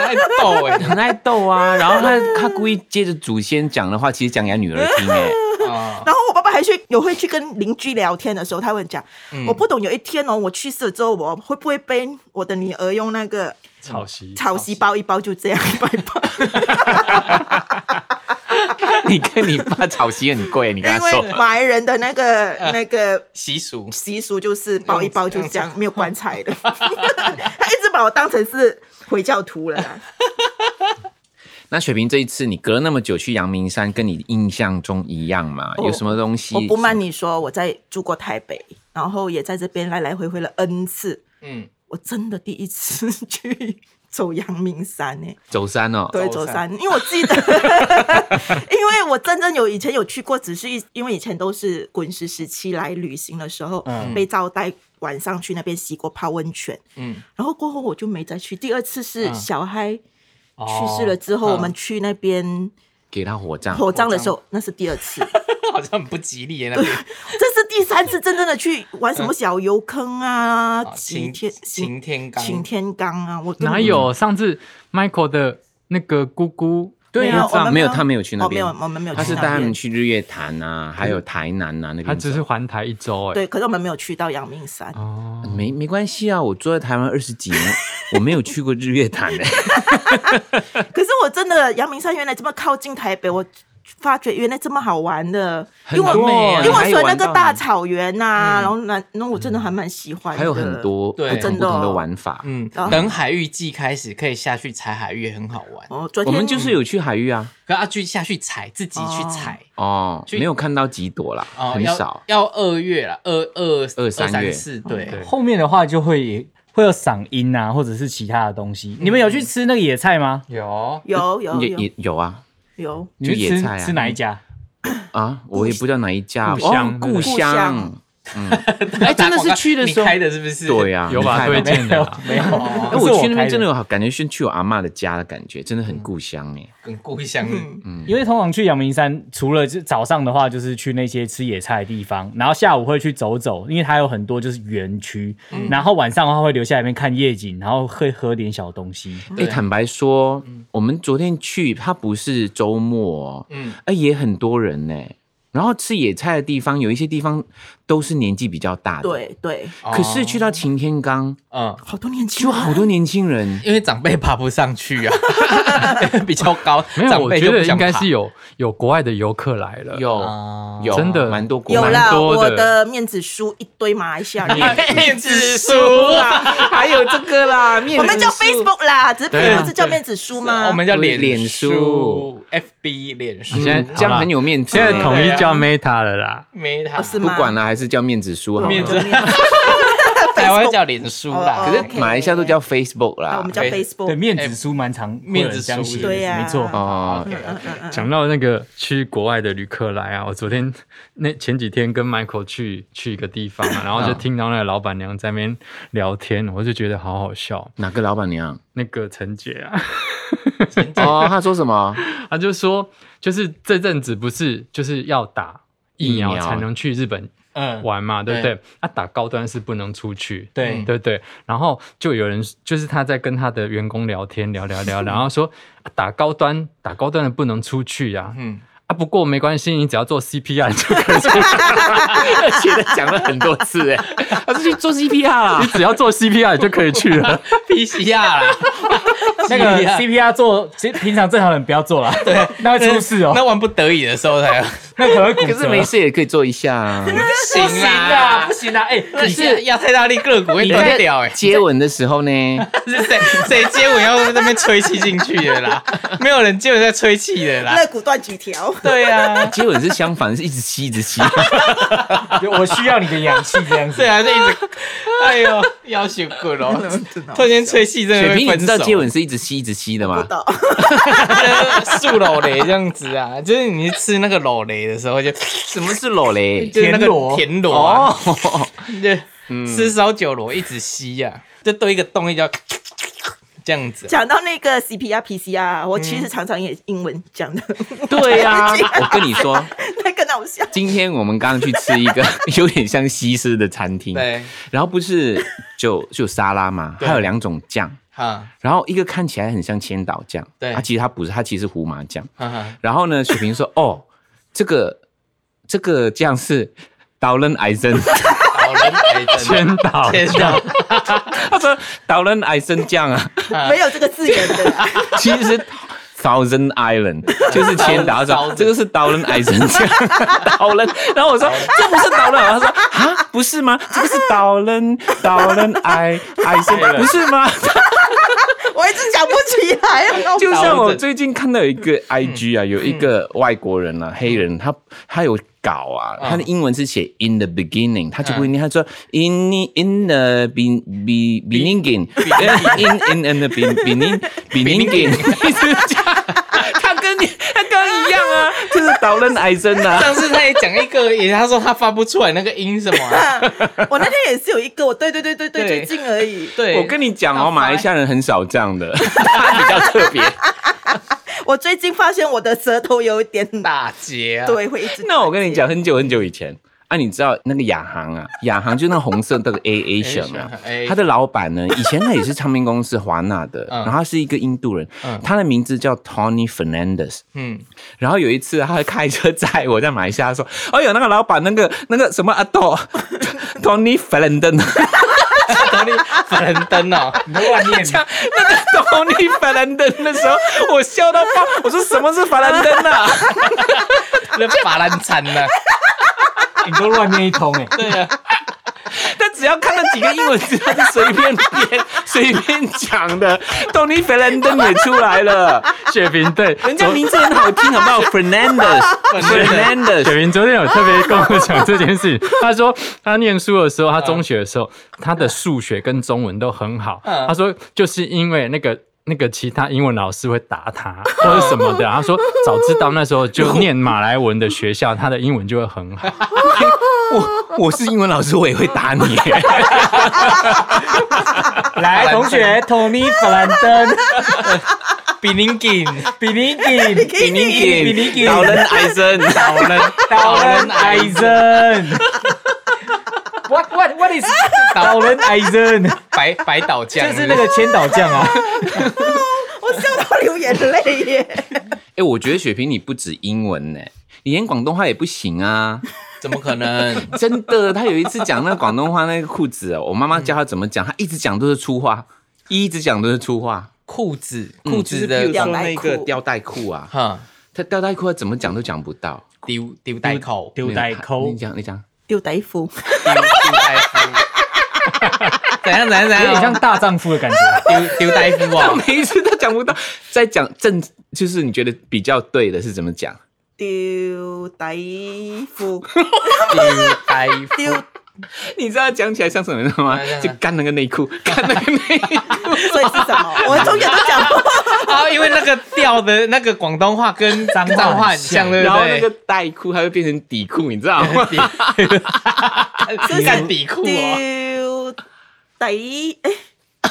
S1: 爱逗哎。
S2: 很爱逗啊，然后他他故意接着祖先讲的话，其实讲给他女儿听、哎，
S1: 啊
S5: 然后我爸爸还去有会去跟邻居聊天的时候，他会讲，
S4: 嗯
S5: 我不懂有一天哦，我去世了之后，我会不会被我的女儿用那个嗯
S4: 草席
S5: 草席包一包就这样 拜拜？
S2: 你跟你爸草席很贵，你跟
S5: 因
S2: 他
S5: 为
S2: 说，
S5: 马来人的那 个
S4: 啊
S5: 那个
S1: 习俗
S5: 习俗就是包一包就这样，没有棺材的。 他一直把我当成是回教徒了 啦。
S2: 那雪萍这一次你隔了那么久去阳明山，跟你印象中一样吗？
S5: 哦
S2: 有什么东西？
S5: 我不瞒你说，我在住过台北，然后也在这边来来回回了 N 次。
S1: 嗯，
S5: 我真的第一次 去走阳明山呢、欸
S2: 走山哦，
S5: 对，
S1: 走
S5: 走
S1: 山
S5: 山，因为我记得，因为我真正有以前有去过，只是一因为以前都是滚石时期来旅行的时候，被招待晚上去那边洗过泡温泉，
S1: 嗯
S5: 嗯，然后过后我就没再去。第二次是
S1: 嗯
S5: 小孩去
S4: 哦
S5: 世了之后，
S1: 嗯
S5: 我们去那边
S2: 给他火葬。
S5: 火葬的啊时候，那是第二次，
S1: 好像很不吉利耶那边。
S5: 这是第三次真正的去玩什么小油坑啊
S1: 啊，
S5: 晴
S1: 晴晴
S5: 天
S1: 天岗，
S5: 晴天岗啊，我根本
S4: 哪有？上次 Michael 的那个姑姑，
S5: 对啊
S4: 那
S5: 我
S4: 张
S5: 们
S2: 没有，他没有去那
S5: 哦，没
S2: 边，
S5: 有，我们没有
S2: 他
S5: 去那
S2: 是
S5: 边，嗯
S2: 带他们去日月潭啊，还有台南啊那边走。
S4: 他只是环台一周哎、
S5: 对，可是我们没有去到阳明山。
S4: 哦，
S2: 没没关系啊，我住在台湾二十几年， 我没有去过日月 潭的、欸
S5: 可是我真的阳明山原来这么靠近台北，我发觉原来这么好玩的，因为
S2: 很
S5: 我
S2: 美啊
S5: 因为我喜欢
S2: 还
S5: 那
S2: 有玩到
S5: 个
S2: 很
S5: 大草原呐、然后那那我真的还蛮喜欢的，
S2: 还有很多不
S1: 对
S2: 同
S5: 真
S2: 不
S5: 的哦
S2: 同的玩法。
S1: 嗯，
S5: 然后
S1: 等海芋季开始可以下去采海芋，也很好玩。
S5: 哦，昨
S2: 我
S5: 天
S2: 们就是有去海域啊，
S1: 可要去下去采，自己去采
S2: 哦，
S1: 去
S2: 没有看到几朵啦，
S1: 哦，
S2: 很
S1: 要
S2: 少。
S1: 要二月啦，二二
S2: 二三月
S1: 四对
S4: 对
S3: 后面的话就会会有嗓音啊，或者是其他的东西。
S2: 嗯
S3: 你们有去吃那个野菜吗？
S1: 有
S5: 有有
S2: 也
S5: 有
S2: 也有啊，
S5: 有
S2: 就
S3: 你去
S2: 野
S3: 吃
S2: 菜啊
S3: 吃哪一家？
S2: 啊，我也不知道哪一家
S4: 故乡
S2: 哦故
S5: 故乡
S2: 乡， 嗯，哎，真的是去的时
S1: 你
S2: 候，
S1: 开的是不 是？
S2: 对呀，
S4: 有
S2: 吧
S4: 吧？？推荐的啦，
S3: 没有，
S2: 哎，
S3: 哎
S2: 我去那边真的有好感觉，是去我阿嬷的家的感觉，真的
S5: 嗯
S2: 很故乡哎。
S1: 跟故乡的
S3: 因为通常去阳明山，除了就早上的话，就是去那些吃野菜的地方，然后下午会去走走，因为它有很多就是园区，然后晚上的话会留下来那边看夜景，然后会喝点小东西。
S2: 哎，坦白说，我们昨天去，它不是周末，嗯
S1: 嗯，
S2: 哎，也很多人呢。然后吃野菜的地方，有一些地方都是年纪比较大的，。
S5: 对对，
S1: 哦
S2: 可是去到擎天岗，
S1: 嗯，
S5: 好多年轻
S2: 就好多年轻人，
S1: 因为长辈爬不上去啊， 比较高，
S4: 没有，
S1: 长
S4: 我
S1: 辈
S4: 觉
S1: 就
S4: 得
S1: 不想
S4: 应该
S1: 爬
S4: 是有有国外的游客来了，
S1: 啊
S2: 有有
S4: 真的
S2: 蛮多国
S5: 有
S2: 外
S5: 啦，
S4: 蛮多的
S5: 我的面子书一堆马来西亚人，
S1: 面子书
S2: 啦，还有这个啦，面
S5: 我们叫 Facebook 啦，只是
S4: 对啊
S5: 不是叫面子书吗？
S1: 我们叫脸
S2: 脸
S1: 书，FB 脸书，
S4: 你现在
S2: 嗯这样很有面子。欸
S4: 现在统一
S1: 对啊
S4: 叫 Meta 了啦。
S1: 没他
S5: 哦是
S2: 不
S5: 吗？哦
S2: 管了，还是叫面子书好了。
S1: 面子台湾
S5: Facebook
S1: 叫脸书啦，
S5: 哦
S2: 可
S5: 哦
S2: 是马来西亚都叫 Facebook
S5: 啊，我
S2: 啦
S5: 们。叫
S1: 对
S3: 对，
S5: Facebook，
S3: 面子书蛮常会有人这样写的
S5: 对呀
S3: 没错。
S2: 哦，
S1: 嗯
S4: 讲到那个去国外的旅客来啊，我昨天那前几天跟 Michael 去去一个地方啊嘛，然后就
S1: 嗯
S4: 听到那个老板娘在那边聊天，我就觉得好好笑。
S2: 哪个老板娘？
S4: 那个陈姐啊，
S2: 哦，他说什么？
S4: 她就说，就是这阵子不是就是要打疫苗
S2: 疫苗
S4: 才能去日本
S1: 嗯
S4: 玩嘛，对不对
S1: 对？
S4: 啊，打高端是不能出去，嗯
S3: 对
S4: 对不对？然后就有人就是他在跟他的员工聊天，聊聊聊，然后说、啊打高端，打高端的不能出去呀、啊。
S1: 嗯，
S4: 不过没关系，你只要做 CPR 你就可以出去，
S2: 而且他讲了很多次，哎，他是去做 CPR
S4: 你
S2: 啦，
S4: 只要做 CPR 你就可以去了。
S1: 皮西亚啦，
S3: 那 个
S1: CPR
S3: CPR 做，其实平常正常人不要做啦，对， 那会出事哦，
S1: 那万不得已的时候才
S3: 那可能 会骨 折。
S2: 可是没事也可以做一下啊。
S1: 行
S3: 不行啊，不行啊，哎，
S1: 可是压太大力，个股会
S2: 你
S1: 断掉哎、
S2: 接吻的时候呢，
S1: 是谁谁接吻要在那边吹气进去的啦？没有人接吻在吹气的啦。
S5: 肋骨断几条，
S1: 对啊，
S2: 接吻是相反，是一直吸一直 吸。
S3: 我需要你的氧气这样子
S1: 对。啊，就一直，哎呦，要求过了，突然间吹气真的
S2: 水
S1: 会
S2: 平，你
S1: 分
S2: 知道
S1: 手。
S2: 接吻是一直吸一直吸的
S5: 不
S2: 吗？
S5: 懂。
S1: 素肉雷这样子啊，就是你吃那个肉雷的时候就
S2: 什么是裸 嘞？
S1: 就是那个
S3: 田螺
S1: 田螺啊，
S2: 哦，
S1: 就
S2: 嗯
S1: 吃烧酒螺一直吸呀，就对一个洞一叫这样子啊。
S5: 讲到那个 CPR、PCR，我其实常常也英文讲 的，
S2: 对 呀、我跟你说，
S5: 那个好笑。
S2: 今天我们刚刚去吃一个 有点像西施的餐厅，
S1: 对，
S2: 然后不是就就有沙拉嘛，
S1: 对
S2: 还有两种酱，
S1: 哈，
S2: 然后一个看起来很像千岛酱，啊
S1: 对
S2: 它、其实它不是，它其实是胡麻酱。
S1: 哈哈，
S2: 然后呢，水瓶说， 哦，这个这个酱是导人癌症，
S1: 好人癌症，
S4: 千岛，
S1: 天哪，
S2: 他说导人癌症酱啊，
S5: 没有这个字眼的 啦，
S2: 其实是 Thousand Island 就是千岛岛，这个是 Thousand Island 这样 Thousand，然后我说这不是 Thousand，他说啊不是吗？这个是 Thousand Thousand I Island 不是吗？
S5: 我一直讲不起来。 我
S2: 就像我最近看到一 个 IG 啊，有一个外国人啊，黑人，他他有搞啊，他的英文是写 in the beginning，他就不会念，他说 in the- in the be be beginning in in in the be beginning beginning，一直讲，他跟你他跟一样 啊，就是导人癌症啊。
S1: 上次他也讲一个，也他说他发不出来那个音什么啊，
S5: 哦我那天也是有一个，我对对对 对对，
S1: 对
S5: 最近而已。
S1: 对，
S2: 我跟你讲哦，
S1: 好
S2: 马来西亚人很少这样 的，他比较特别。
S5: 我最近发现我的舌头有一点大，
S1: 打结啊，，
S5: 对，会一直。
S2: 那我跟你讲，很久很久以前啊，你知道那个亚 航啊，亚航就那红色的 A A 省啊
S1: A-Asian，，
S2: 他的老板呢，以前他也是唱片公司华纳的，
S1: 哎嗯
S2: 然后他是一个印度人
S1: 嗯，
S2: 他的名字叫 Tony Fernandez。
S1: 嗯，
S2: 然后有一次，他开车载我在马来西亚，说：“哎呦，那个老板，那个那个什么阿豆 ，Tony Fernandez，
S1: 等你反灯哦，
S3: 你都乱念，
S2: 像那个 Tony Fernandez 的时候，我笑到爆。我说什么是 Fernandez 啊？
S1: 那法兰餐呢？
S3: 你都乱念一通哎。
S1: 对啊，
S2: 他只要看到几个英文字，他就随便编、随便讲的。Tony Fernandez 也出来了，
S4: 雪萍对，
S2: 人家名字很好听，好不 好？Fernandez，Fernandez，
S4: 雪萍昨天有特别跟我讲这件事情，她说她念书的时候，她中学的时候，她的数学跟中文都很好。
S1: 嗯
S4: 她说就是因为那个。那个其他英文老师会打她或者什么的，她说早知道那时候就
S1: 哦
S4: 念马来文的学校，她的英文就会很好。
S2: 我我是英文老师，我也会打 你。
S3: 来，同学，Tony 弗兰登，
S1: 比林金，
S3: 比尼金，比比尼金，
S2: 老人癌症，
S1: 好人，
S3: 导人癌症。What what what is 导人癌症？
S1: 白白岛酱，
S3: 就是那个千岛酱啊，
S5: 我笑到流眼泪耶！
S2: 哎，我觉得雪萍你不止英文呢、你连广东话也不行啊！
S1: 怎么可能？
S2: 真的，他有一次讲那个广东话那个裤子哦，我妈妈教他怎么讲，他一直讲都是粗话，一直讲都是粗话。
S1: 裤子，
S2: 嗯
S1: 裤子
S2: 就是
S1: 的
S2: 譬如说
S5: 吊带
S2: 那
S5: 裤
S2: 个吊带裤啊，
S1: 哈
S2: 他吊带裤他怎么讲都讲不到。
S1: 丢丢带口，丢
S3: 丢带
S2: 你
S3: 扣，
S2: 讲你 讲，
S5: 丢底裤，
S1: 丢带夫，怎样怎样怎
S3: 有点像
S1: 样？
S3: 大丈夫的感觉。
S1: 丢丢带夫
S2: 他
S1: 啊，
S2: 每一次都讲不到，在讲正就是你觉得比较对的是怎么讲？
S5: 丢底裤，
S1: 丢带夫，
S5: 丢
S2: 你知道讲起来像什么你知道吗
S1: 哎呀？
S2: 就干那个内裤，干那个内 裤。
S5: 所以是什么？ 我从小都讲过，
S1: 啊，因为那个调的那个广东话跟
S3: 脏话
S1: 脏话很
S3: 很
S1: 像，
S3: 像
S1: 对
S2: 然
S1: 不
S2: 后那 个
S1: 对？
S2: 带裤，它会变成底裤，你知道吗？
S1: 干底裤哦，
S5: 丢底，哎，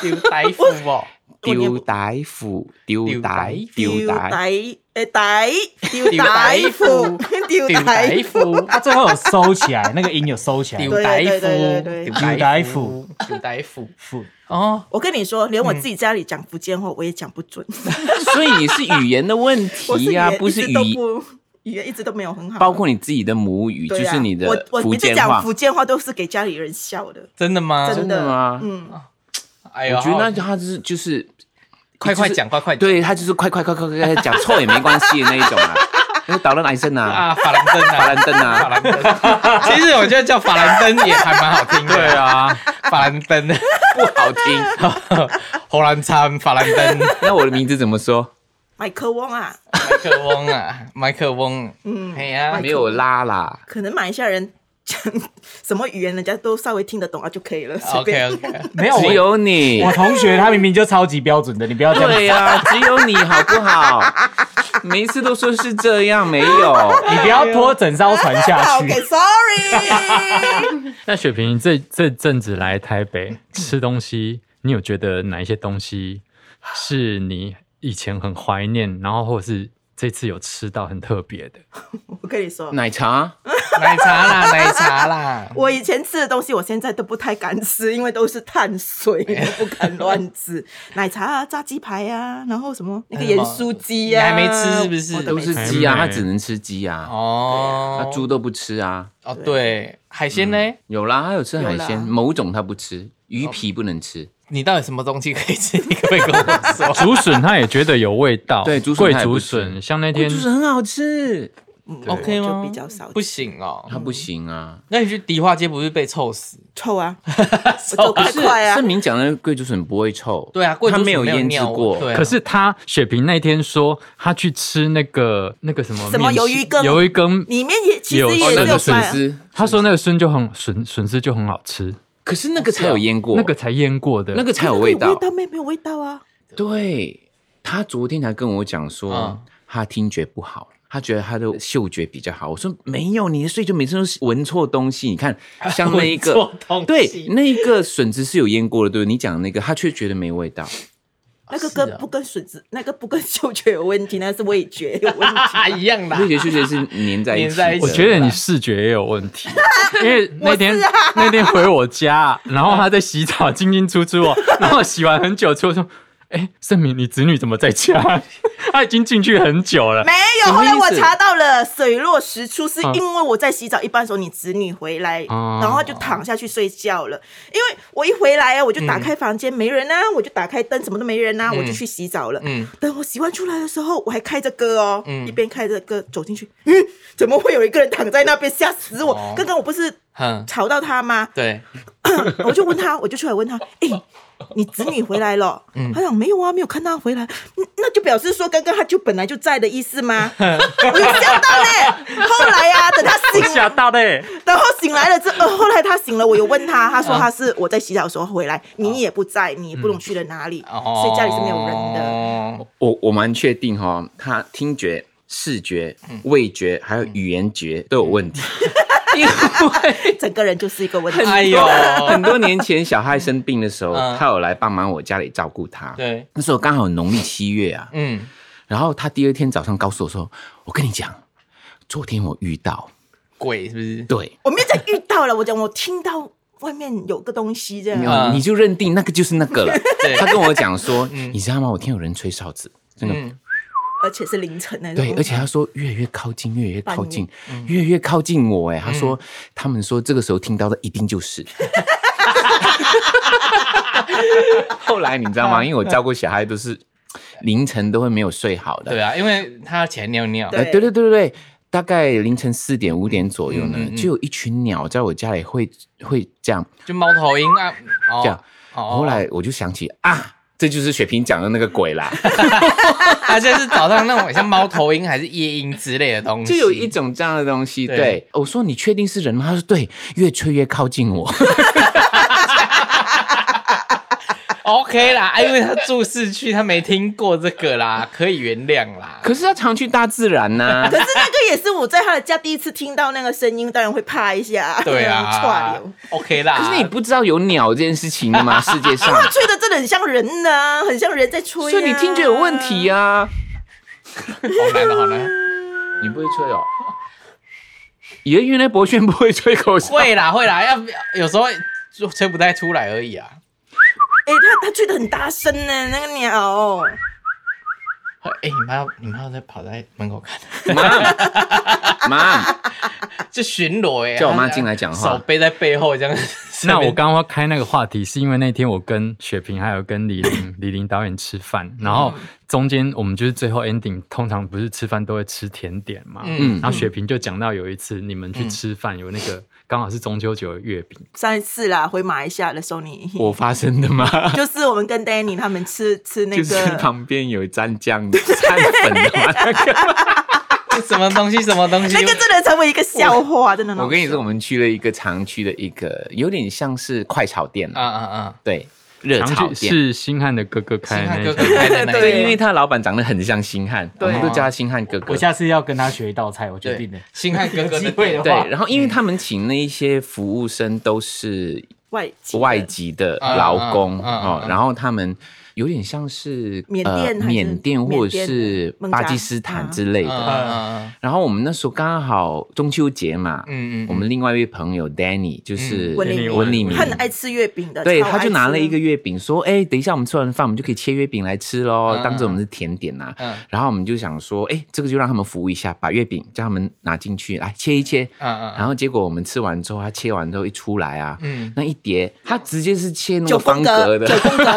S1: 丢带夫哦，
S5: 我念
S2: 丢
S5: 不
S2: 大夫，丢大，丢
S5: 丢
S2: 大，
S5: 台诶台丢
S1: 丢
S5: 台
S1: 台
S5: 夫
S1: 夫
S5: 丢
S1: 丢
S5: 台
S1: 台
S5: 夫，
S1: 夫，
S3: 他啊最后有收起来，那个音有收起来。
S1: 丢台
S5: 对对对
S1: 夫，
S5: 对对
S1: 丢
S3: 台
S1: 台
S3: 夫
S1: 夫，丢台夫。
S3: 夫
S1: 哦，
S5: 我跟你说，连我
S2: 嗯
S5: 自己家里讲福建话我也讲不 准，
S2: 所以你是语言的问
S5: 我是
S2: 题
S5: 语
S2: 呀、
S5: 言
S2: 不是
S5: 一
S2: 语
S5: 直都不 语言一直都没有很好，
S2: 包括你自己的母语，
S5: 对
S2: 就
S5: 啊
S2: 是你的
S5: 我我
S2: 福
S5: 一直
S2: 建
S5: 讲
S2: 话，
S5: 福建话都是给家里人笑的，
S1: 真的吗？
S5: 真
S2: 真的吗？
S5: 嗯，
S1: 哎
S2: 我
S1: 呦，
S2: 觉得那
S1: 好
S2: 他就是就是
S1: 快快
S2: 就是
S1: 讲，快快讲
S2: 对他就是快快快快快快讲错也没关系的那一种 啊，就是捣乱癌症啊，
S1: 啊！法兰登啊，
S2: 法兰登啊
S1: 法兰登。其实我觉得叫法兰登也还蛮好听的。
S4: 对，啊，
S1: 法兰登，
S2: 不 好听。
S1: 荷兰餐，法兰登，
S2: 那我的名字怎么说？
S5: 麦克翁啊，
S1: 麦克翁啊，麦克翁，嗯，哎呀
S5: 麦克
S2: 没有拉啦，
S5: 可能马来西亚人讲什么语言人家都稍微听得懂啊就可以了，随
S1: ，OK
S5: 便。
S1: OK，
S3: 没有
S2: 只
S3: 我，
S2: 有你
S3: 我。同学他明明就超级标准的，你不要这样，
S2: 对呀、只有你好不好？每一次都说是这样，没 有。
S3: 你不要拖整艘船
S5: 啊
S3: 下去。
S5: OK，Sorry，
S4: 那雪萍这这阵子来台
S2: 嗯
S4: 北吃东西，你有觉得哪一些东西是你以前很怀念，然后或者是这次有吃到很特 别的？
S5: 我跟你说，
S2: 奶茶，
S1: 奶茶啦，奶茶啦，
S5: 我以前吃的东西，我现在都不太敢吃，因为都是 碳水，我不敢乱吃。奶茶啊，炸鸡排啊，然后什么那个盐酥鸡啊，
S1: 你还没吃是不是
S5: 我都
S2: 都
S5: 没
S2: 是
S5: 吃
S2: 鸡啊，
S4: 还
S2: 他
S4: 没
S2: 只能吃鸡啊，他
S1: 哦，
S2: 猪都不吃啊。
S1: 哦，对，海鲜呢？
S2: 有啦，他有吃海鲜，
S5: 有啦
S2: 某种他不吃，鱼皮不能吃。
S1: 你到底什么东西可以吃？你可不可以跟我说？
S4: 竹笋他也觉得有味道，
S2: 对竹笋
S4: 桂
S2: 他也不
S4: 竹
S2: 吃
S4: 笋，像那
S2: 哦
S4: 天
S2: 就是很好吃，
S5: 嗯
S2: 对
S1: ，OK
S5: 我
S1: 吗？
S5: 就比较少
S1: 不行哦。
S2: 他不行啊。
S1: 那你去迪化街不是被臭死？
S5: 臭啊，我
S2: 不
S5: 走快
S2: 是
S5: 快啊
S2: 盛！明讲的桂竹笋不会臭，
S1: 对啊，贵
S2: 他
S1: 族
S2: 没有
S1: 没
S2: 腌制
S1: 尿味
S2: 过。
S1: 对啊，
S4: 可是他雪萍那天说，他去吃那个那个什么
S5: 什么
S4: 面
S5: 鱿鱼羹
S4: 鱿鱼羹，
S5: 里面也其
S4: 有
S5: 实
S2: 哦，
S5: 也
S2: 那
S5: 是
S2: 个
S5: 有
S2: 笋
S5: 饭啊，
S2: 丝，
S4: 他说那个笋就很笋笋丝就很好吃，
S2: 可是那个
S1: 啊
S2: 才有腌过，
S4: 那个才腌过的。
S2: 那个才有
S5: 那个
S2: 味道
S5: 味。道没没有味道啊？
S2: 对他昨天才跟我讲说，
S1: 嗯
S2: 他听觉不好，他觉得他的嗅觉比较好。我说没有，你的睡就每次都是闻错东西。你看，像那 一个
S1: 闻错东西，
S2: 对，那一个笋子是有腌过的，对不对你讲的那个，他却觉得没 味道。
S5: 那个
S1: 是
S5: 跟
S1: 啊
S5: 不跟笋子，那个不跟嗅觉有问题，那是味觉有 问题。
S1: 啊一样 啦
S2: 味。觉嗅觉是粘在一
S1: 粘
S2: 起
S1: 在一
S2: 的。
S1: 起
S4: 我觉得你视觉也有问题，因为那天、
S5: 我是啊
S4: 那天回我家，然后他在洗澡进进出出哦，然后洗完很久之后说：“哎、盛明，你子女怎么在家？ 他已经进去很久了。
S5: 没
S2: 什
S5: 有，
S2: 么
S5: 后
S2: 意思
S5: 来我查到了水落石出，是因为我在洗澡一半的时候，你侄女回来，
S4: 哦
S5: 然后就躺下去睡觉了。因为我一回来啊，我就打开房间、没人啊，我就打开灯，什么都没人啊，我就去洗澡了。
S1: 嗯
S5: 等我洗完出来的时候，我还开着歌哦，
S1: 嗯
S5: 一边开着歌走进去， 嗯，怎么会有一个人躺在那边？吓死我！
S1: 哦
S5: 刚刚我不是
S1: 哼，
S5: 吵到他吗？
S1: 嗯对，
S5: 我就问他，我就出来问他，哎、你子女回来了？他讲没有啊，没有看到他回来，嗯那就表示说刚刚他就本来就在的意思吗？我就吓到嘞。后来啊，等他
S4: 我
S5: 醒，
S4: 吓到嘞！
S5: 然后醒来了之后，后来他醒了，我有问他，他说他是我在洗澡的时候回来，你也不在，你也不懂去了哪里，
S1: 哦，
S5: 所以家里是没有 人的。
S1: 的。
S2: 我我蛮确定哈、哦，他听觉、视觉、
S1: 嗯
S2: 味觉还有语言觉都有问题。因为
S5: 整个人就是一个问题。
S1: 哎呦，
S2: 很多年前小孩生病的时候，
S1: 嗯
S2: 他有来帮忙我家里照顾他。
S1: 对，
S2: 那时候刚好农历七月啊，
S1: 嗯，
S2: 然后他第二天早上告诉我说：“我跟你讲，昨天我遇到，
S1: 鬼是不是？
S2: 对，
S5: 我没有讲遇到了，我讲我听到外面有个东西这样。
S1: 嗯
S2: 你就认定那个就是那个了。
S1: 对”
S2: 他跟我讲说：“你知道吗？我听有人吹哨子，真的。
S1: 嗯，
S5: 而且是凌晨那种。
S2: 对，而且他说越来越靠近，越来越靠近，越来越靠近
S1: 嗯
S2: 我。哎，他说他们说这个时候听到的一定就是。 后来你知道吗？因为我照顾小孩都是凌晨都会没有睡好的
S1: 对，啊，因为他起来尿尿，
S5: 对
S2: 呃，对对对对对，大概凌晨四点五点左右呢，
S1: 嗯嗯嗯
S2: 就有一群鸟在我家里会会这样
S1: 就猫头鹰啊，哦
S2: 这样。
S1: 哦
S2: 后 来我就想起啊，这就是雪萍讲的那个鬼啦，
S1: 而且是早上那种像猫头鹰还是夜鹰之类的东西，
S2: 就有一种这样的东西。
S1: 对
S2: 对，我说你确定是人吗？他说对，越吹越靠近我。
S1: OK 啦，啊因为他住市区，他没听过这个 啦，可以原谅啦。
S2: 可是他常去大自然呐、
S5: 可是那个也是我在他的家第一次听到那个声音，当然会怕 一下。
S1: 对
S5: 串
S1: 啊
S5: 流。
S1: ，OK 啦。
S2: 可是你不知道有鸟这件事情的吗？世界上，
S5: 他吹的真的很像人呐、很像人在吹、啊。
S2: 所以你听觉有问题啊
S5: 呀、
S2: 呀、
S1: 好难哦好难哦。
S2: 你不会吹哦。也原来博轩不会吹口哨，
S1: 会啦会啦，要不有时候就吹不太出来而已啊。
S5: 哎、他他吹的很大声呢、那个鸟。
S1: 哎、你妈你妈在跑在门口看，
S2: 妈，
S1: 就巡逻哎、
S2: 叫我妈进来讲话
S1: 手背在背后这样。
S4: 那我刚刚开那个话题，是因为那天我跟雪萍还有跟李玲李玲导演吃饭，然后中间我们就是最后 ending，通常不是吃饭都会吃甜点嘛，
S1: 嗯
S4: 然后雪萍就讲到有一次你们去吃饭，有那个刚好是中秋节的月饼，
S5: 上一次啦，回马来西亚的时候你，
S2: 我发生的吗？
S5: 就是我们跟 Danny 他们吃吃那
S2: 就
S5: 个，
S2: 是旁边有蘸 酱的、蘸粉的嘛。那个
S1: 什么东西什么东西
S5: 那，个真的成为一个笑话，真的很好笑。
S2: 我跟你说，我们去了一个常去的一个，有点像是快炒店
S1: 啊
S2: 啊，
S1: 啊啊！
S2: 对，热炒
S4: 常去
S2: 店。
S4: 是星汉的哥哥
S1: 星
S4: 开的
S1: 汉
S4: 那
S1: 哥
S4: 一
S1: 哥
S4: 家，
S1: 开的那
S2: 对，因
S1: 一
S2: 为他老板长得很像星汉，我
S5: 对
S2: 们都叫他星汉哥哥
S3: 我。下次要跟他学一道菜，我决定了
S1: 对。，星汉哥哥
S3: 有机
S1: 的
S3: 会的
S1: 店
S3: 话
S2: 对，然后因为他们请那一些服务生都是
S5: 外籍
S2: 外籍的劳工
S1: 嗯嗯嗯
S2: 哦
S1: 嗯，
S2: 然后他们有点像是
S5: 缅甸
S2: 呃
S5: 还是
S2: 缅甸或者
S5: 缅甸
S2: 是
S5: 孟加啊
S2: 巴基斯坦之类
S1: 嗯
S2: 的。
S1: 嗯
S2: 然后我们那时候刚好中秋节嘛，
S1: 嗯嗯
S2: 我们另外一位朋友 Danny 就是
S5: 文丽
S4: 文丽
S2: 明
S4: 明
S5: 他很爱吃月饼的，
S2: 对，
S5: 超爱
S2: 他就拿了一个
S5: 吃
S2: 月饼，说：“哎、等一下我们吃完饭，我们就可以切月饼来吃喽
S1: 嗯，
S2: 当做我们是甜点呐、
S1: 嗯
S2: 然后我们就想说：“哎、这个就让他们服务一下，把月饼叫他们拿进去来切一切。
S5: 啊
S1: 嗯
S2: 然后结果我们吃完之后，他切完之后一出来啊，
S1: 嗯
S2: 那一碟他直接是切那
S5: 九
S2: 个
S5: 宫
S2: 方
S5: 格
S2: 格的，
S5: 九宫格，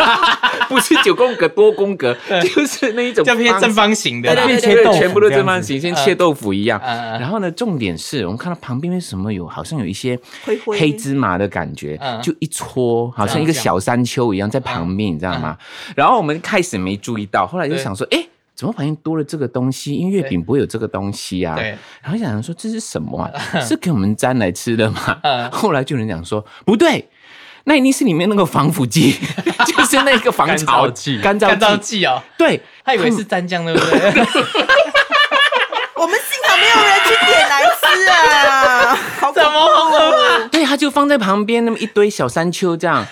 S2: 不是九宫格多宫 格，就是那一种
S1: 嗯，就偏正方形的啦。
S5: 对对
S3: 切豆腐
S2: 全部都
S3: 这样
S2: 正方
S3: 子
S2: 形，像切豆腐一样。
S1: 嗯嗯嗯
S2: 然后呢，重点是我们看到旁边为什么有好像有一些
S5: 灰灰
S2: 黑芝麻的感觉
S1: 嗯，
S2: 就一撮，好像一个小山丘一样在旁边，你知道吗？然后我们开始没注意到，后来就想说，哎。怎么发现多了这个东西？因为月饼不会有这个东西啊。
S1: 对。
S2: 然后想说这是什么啊？是给我们沾来吃的吗？
S1: 嗯
S2: 后来就有人讲说不对，那一定是里面那个防腐剂，就是那个防
S4: 干
S2: 潮
S4: 燥剂
S2: 干
S1: 干燥
S2: 燥剂。
S1: 剂哦，
S2: 对，
S1: 他以为是蘸酱，对 不对？
S5: 我们幸好没有人去点来吃啊，好
S1: 怎
S5: 恐
S1: 么了？
S2: 对，他就放在旁边那么一堆小山丘这样。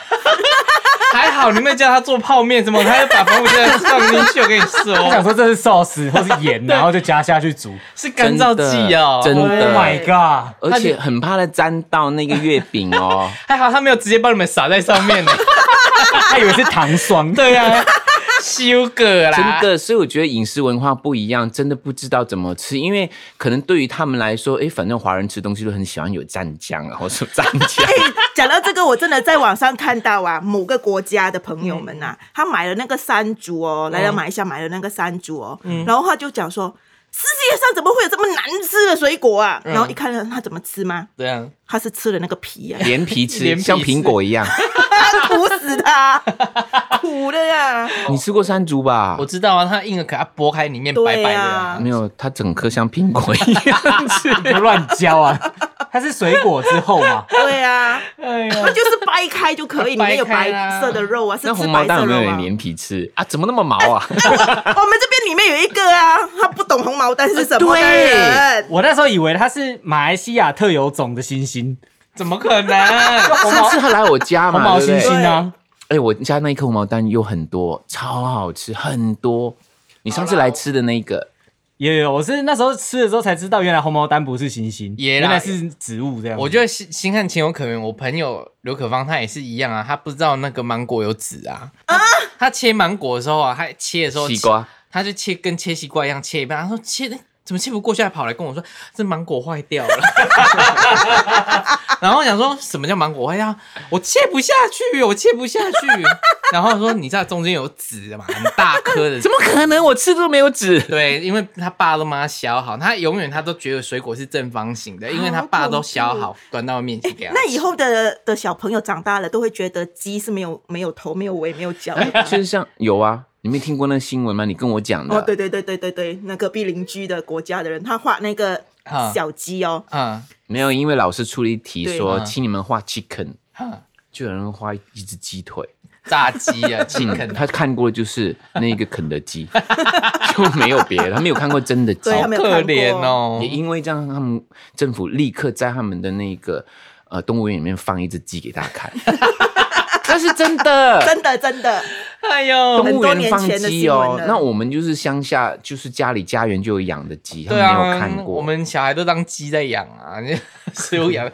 S1: 还好你没有叫他做泡面什么，他就把防腐剂放进去。我跟你
S3: 我想
S1: 说，
S3: 说这是 sauce 或是盐，然后就加下去煮。
S1: 是干燥剂哦，
S2: 真
S3: Oh
S2: 的
S3: my god！
S2: 而且很怕它沾到那个月饼哦。
S1: 还好他没有直接帮你们撒在上 面呢。
S3: 他以为是糖霜。
S1: 对啊，修个
S2: 真
S1: 啦，
S2: 的，所以我觉得饮食文化不一样，真的不知道怎么吃，因为可能对于他们来说，哎，反正华人吃东西都很喜欢有蘸酱啊，或是蘸酱。
S5: 哎讲到这个，我真的在网上看到啊，某个国家的朋友们呐、
S1: 嗯
S5: 啊，他买了那个山竹哦，来到马来西亚买了那个山竹哦，
S1: 嗯
S5: 然后他就讲说，世界上怎么会有这么难吃的水果啊？
S1: 嗯
S5: 然后一看到他怎么吃吗？
S1: 这样
S5: 他是吃了那个皮啊，
S2: 连皮吃
S1: 连皮吃
S2: 像苹果一样，
S5: 苦死他，苦的呀、
S2: 你吃过山竹吧
S1: 我？知道啊，它硬了，可它剥开里面白 白
S5: 对
S1: 的
S5: 啊
S1: 啊。
S2: 没有，它整颗像苹果一样吃。
S3: 不要乱教啊！它是水果之后嘛，
S5: 对呀、
S1: 哎呀，
S5: 那就是掰开就可以，里面有白色的肉啊，是
S2: 那
S5: 吃
S2: 红
S5: 白
S2: 毛丹
S5: 色
S2: 有没有
S5: 肉啊
S2: 人。连皮吃啊？怎么那么毛啊？
S5: 我们这边里面有一个啊，他不懂红毛丹是什么
S1: 呃
S5: 的人，
S3: 我那时候以为它是马来西亚特有种的星星，
S1: 怎么可能？
S2: 上次他来我家
S3: 红
S2: 嘛，
S3: 毛
S2: 对不
S3: 星
S2: 对
S3: 星啊，
S2: 哎、我家那一颗红毛丹有很多，超好吃，很多。你上次来吃的那一个，
S3: 有有，我是那时候吃的时候才知道，原来红毛丹不是星星，
S1: 也
S3: 原
S1: 啦
S3: 来是植物这样。
S1: 我觉得星星汉情有可原，我朋友刘可芳他也是一样啊，他不知道那个芒果有籽啊。他切芒果的时候啊，他切的时候
S2: 西瓜，
S1: 他就切跟切西瓜一样切一半，他说切怎么切不过去，还跑来跟我说这芒果坏掉了。 然后我想说什么叫芒果坏掉？我切不下去，我切不下去。然后说你知道中间有籽的嘛，很大颗的。
S2: 怎么可能？我吃的都没有籽。
S1: 对，因为他爸都帮他削好，他永远他都觉得水果是正方形的，因为他爸都削好端到面前给他吃。
S5: 哎那以后的的小朋友长大了都会觉得鸡是没有没有头、没有尾、没有 脚。
S1: 哎
S2: 就是像有啊，你没听过那个新闻吗？你跟我讲的。
S5: 哦，对对对对对对，那隔壁邻居的国家的人，他画那个
S1: 啊
S5: 小鸡哦，
S1: 嗯，
S2: 没有，因为老师出了一题
S5: 对
S2: 说，
S1: 嗯
S2: 请你们画 chicken，
S1: 嗯
S2: 就有人画一只鸡腿。嗯
S1: 炸鸡
S3: 嗯
S1: 啊，chicken
S5: 嗯
S2: 他看过就是那个肯德基， 就没有别的，他没有看过真的鸡。
S5: 对他没有
S1: 可
S5: 看过
S1: 怜哦
S2: 也。因为这样，他们政府立刻在他们的那个呃动物园里面放一只鸡给大家 看，那是真的。
S5: 真的真的，
S1: 哎呦，
S2: 动物
S5: 很多
S2: 园
S5: 年
S2: 放
S5: 前的
S2: 鸡
S5: 新闻
S2: 哦
S5: 了，
S2: 那我们就是乡下，就是家里家园就有养的鸡，他
S1: 对
S2: 们没
S1: 啊
S2: 有，看过。
S1: 我们小孩都当鸡在养啊， 食物养。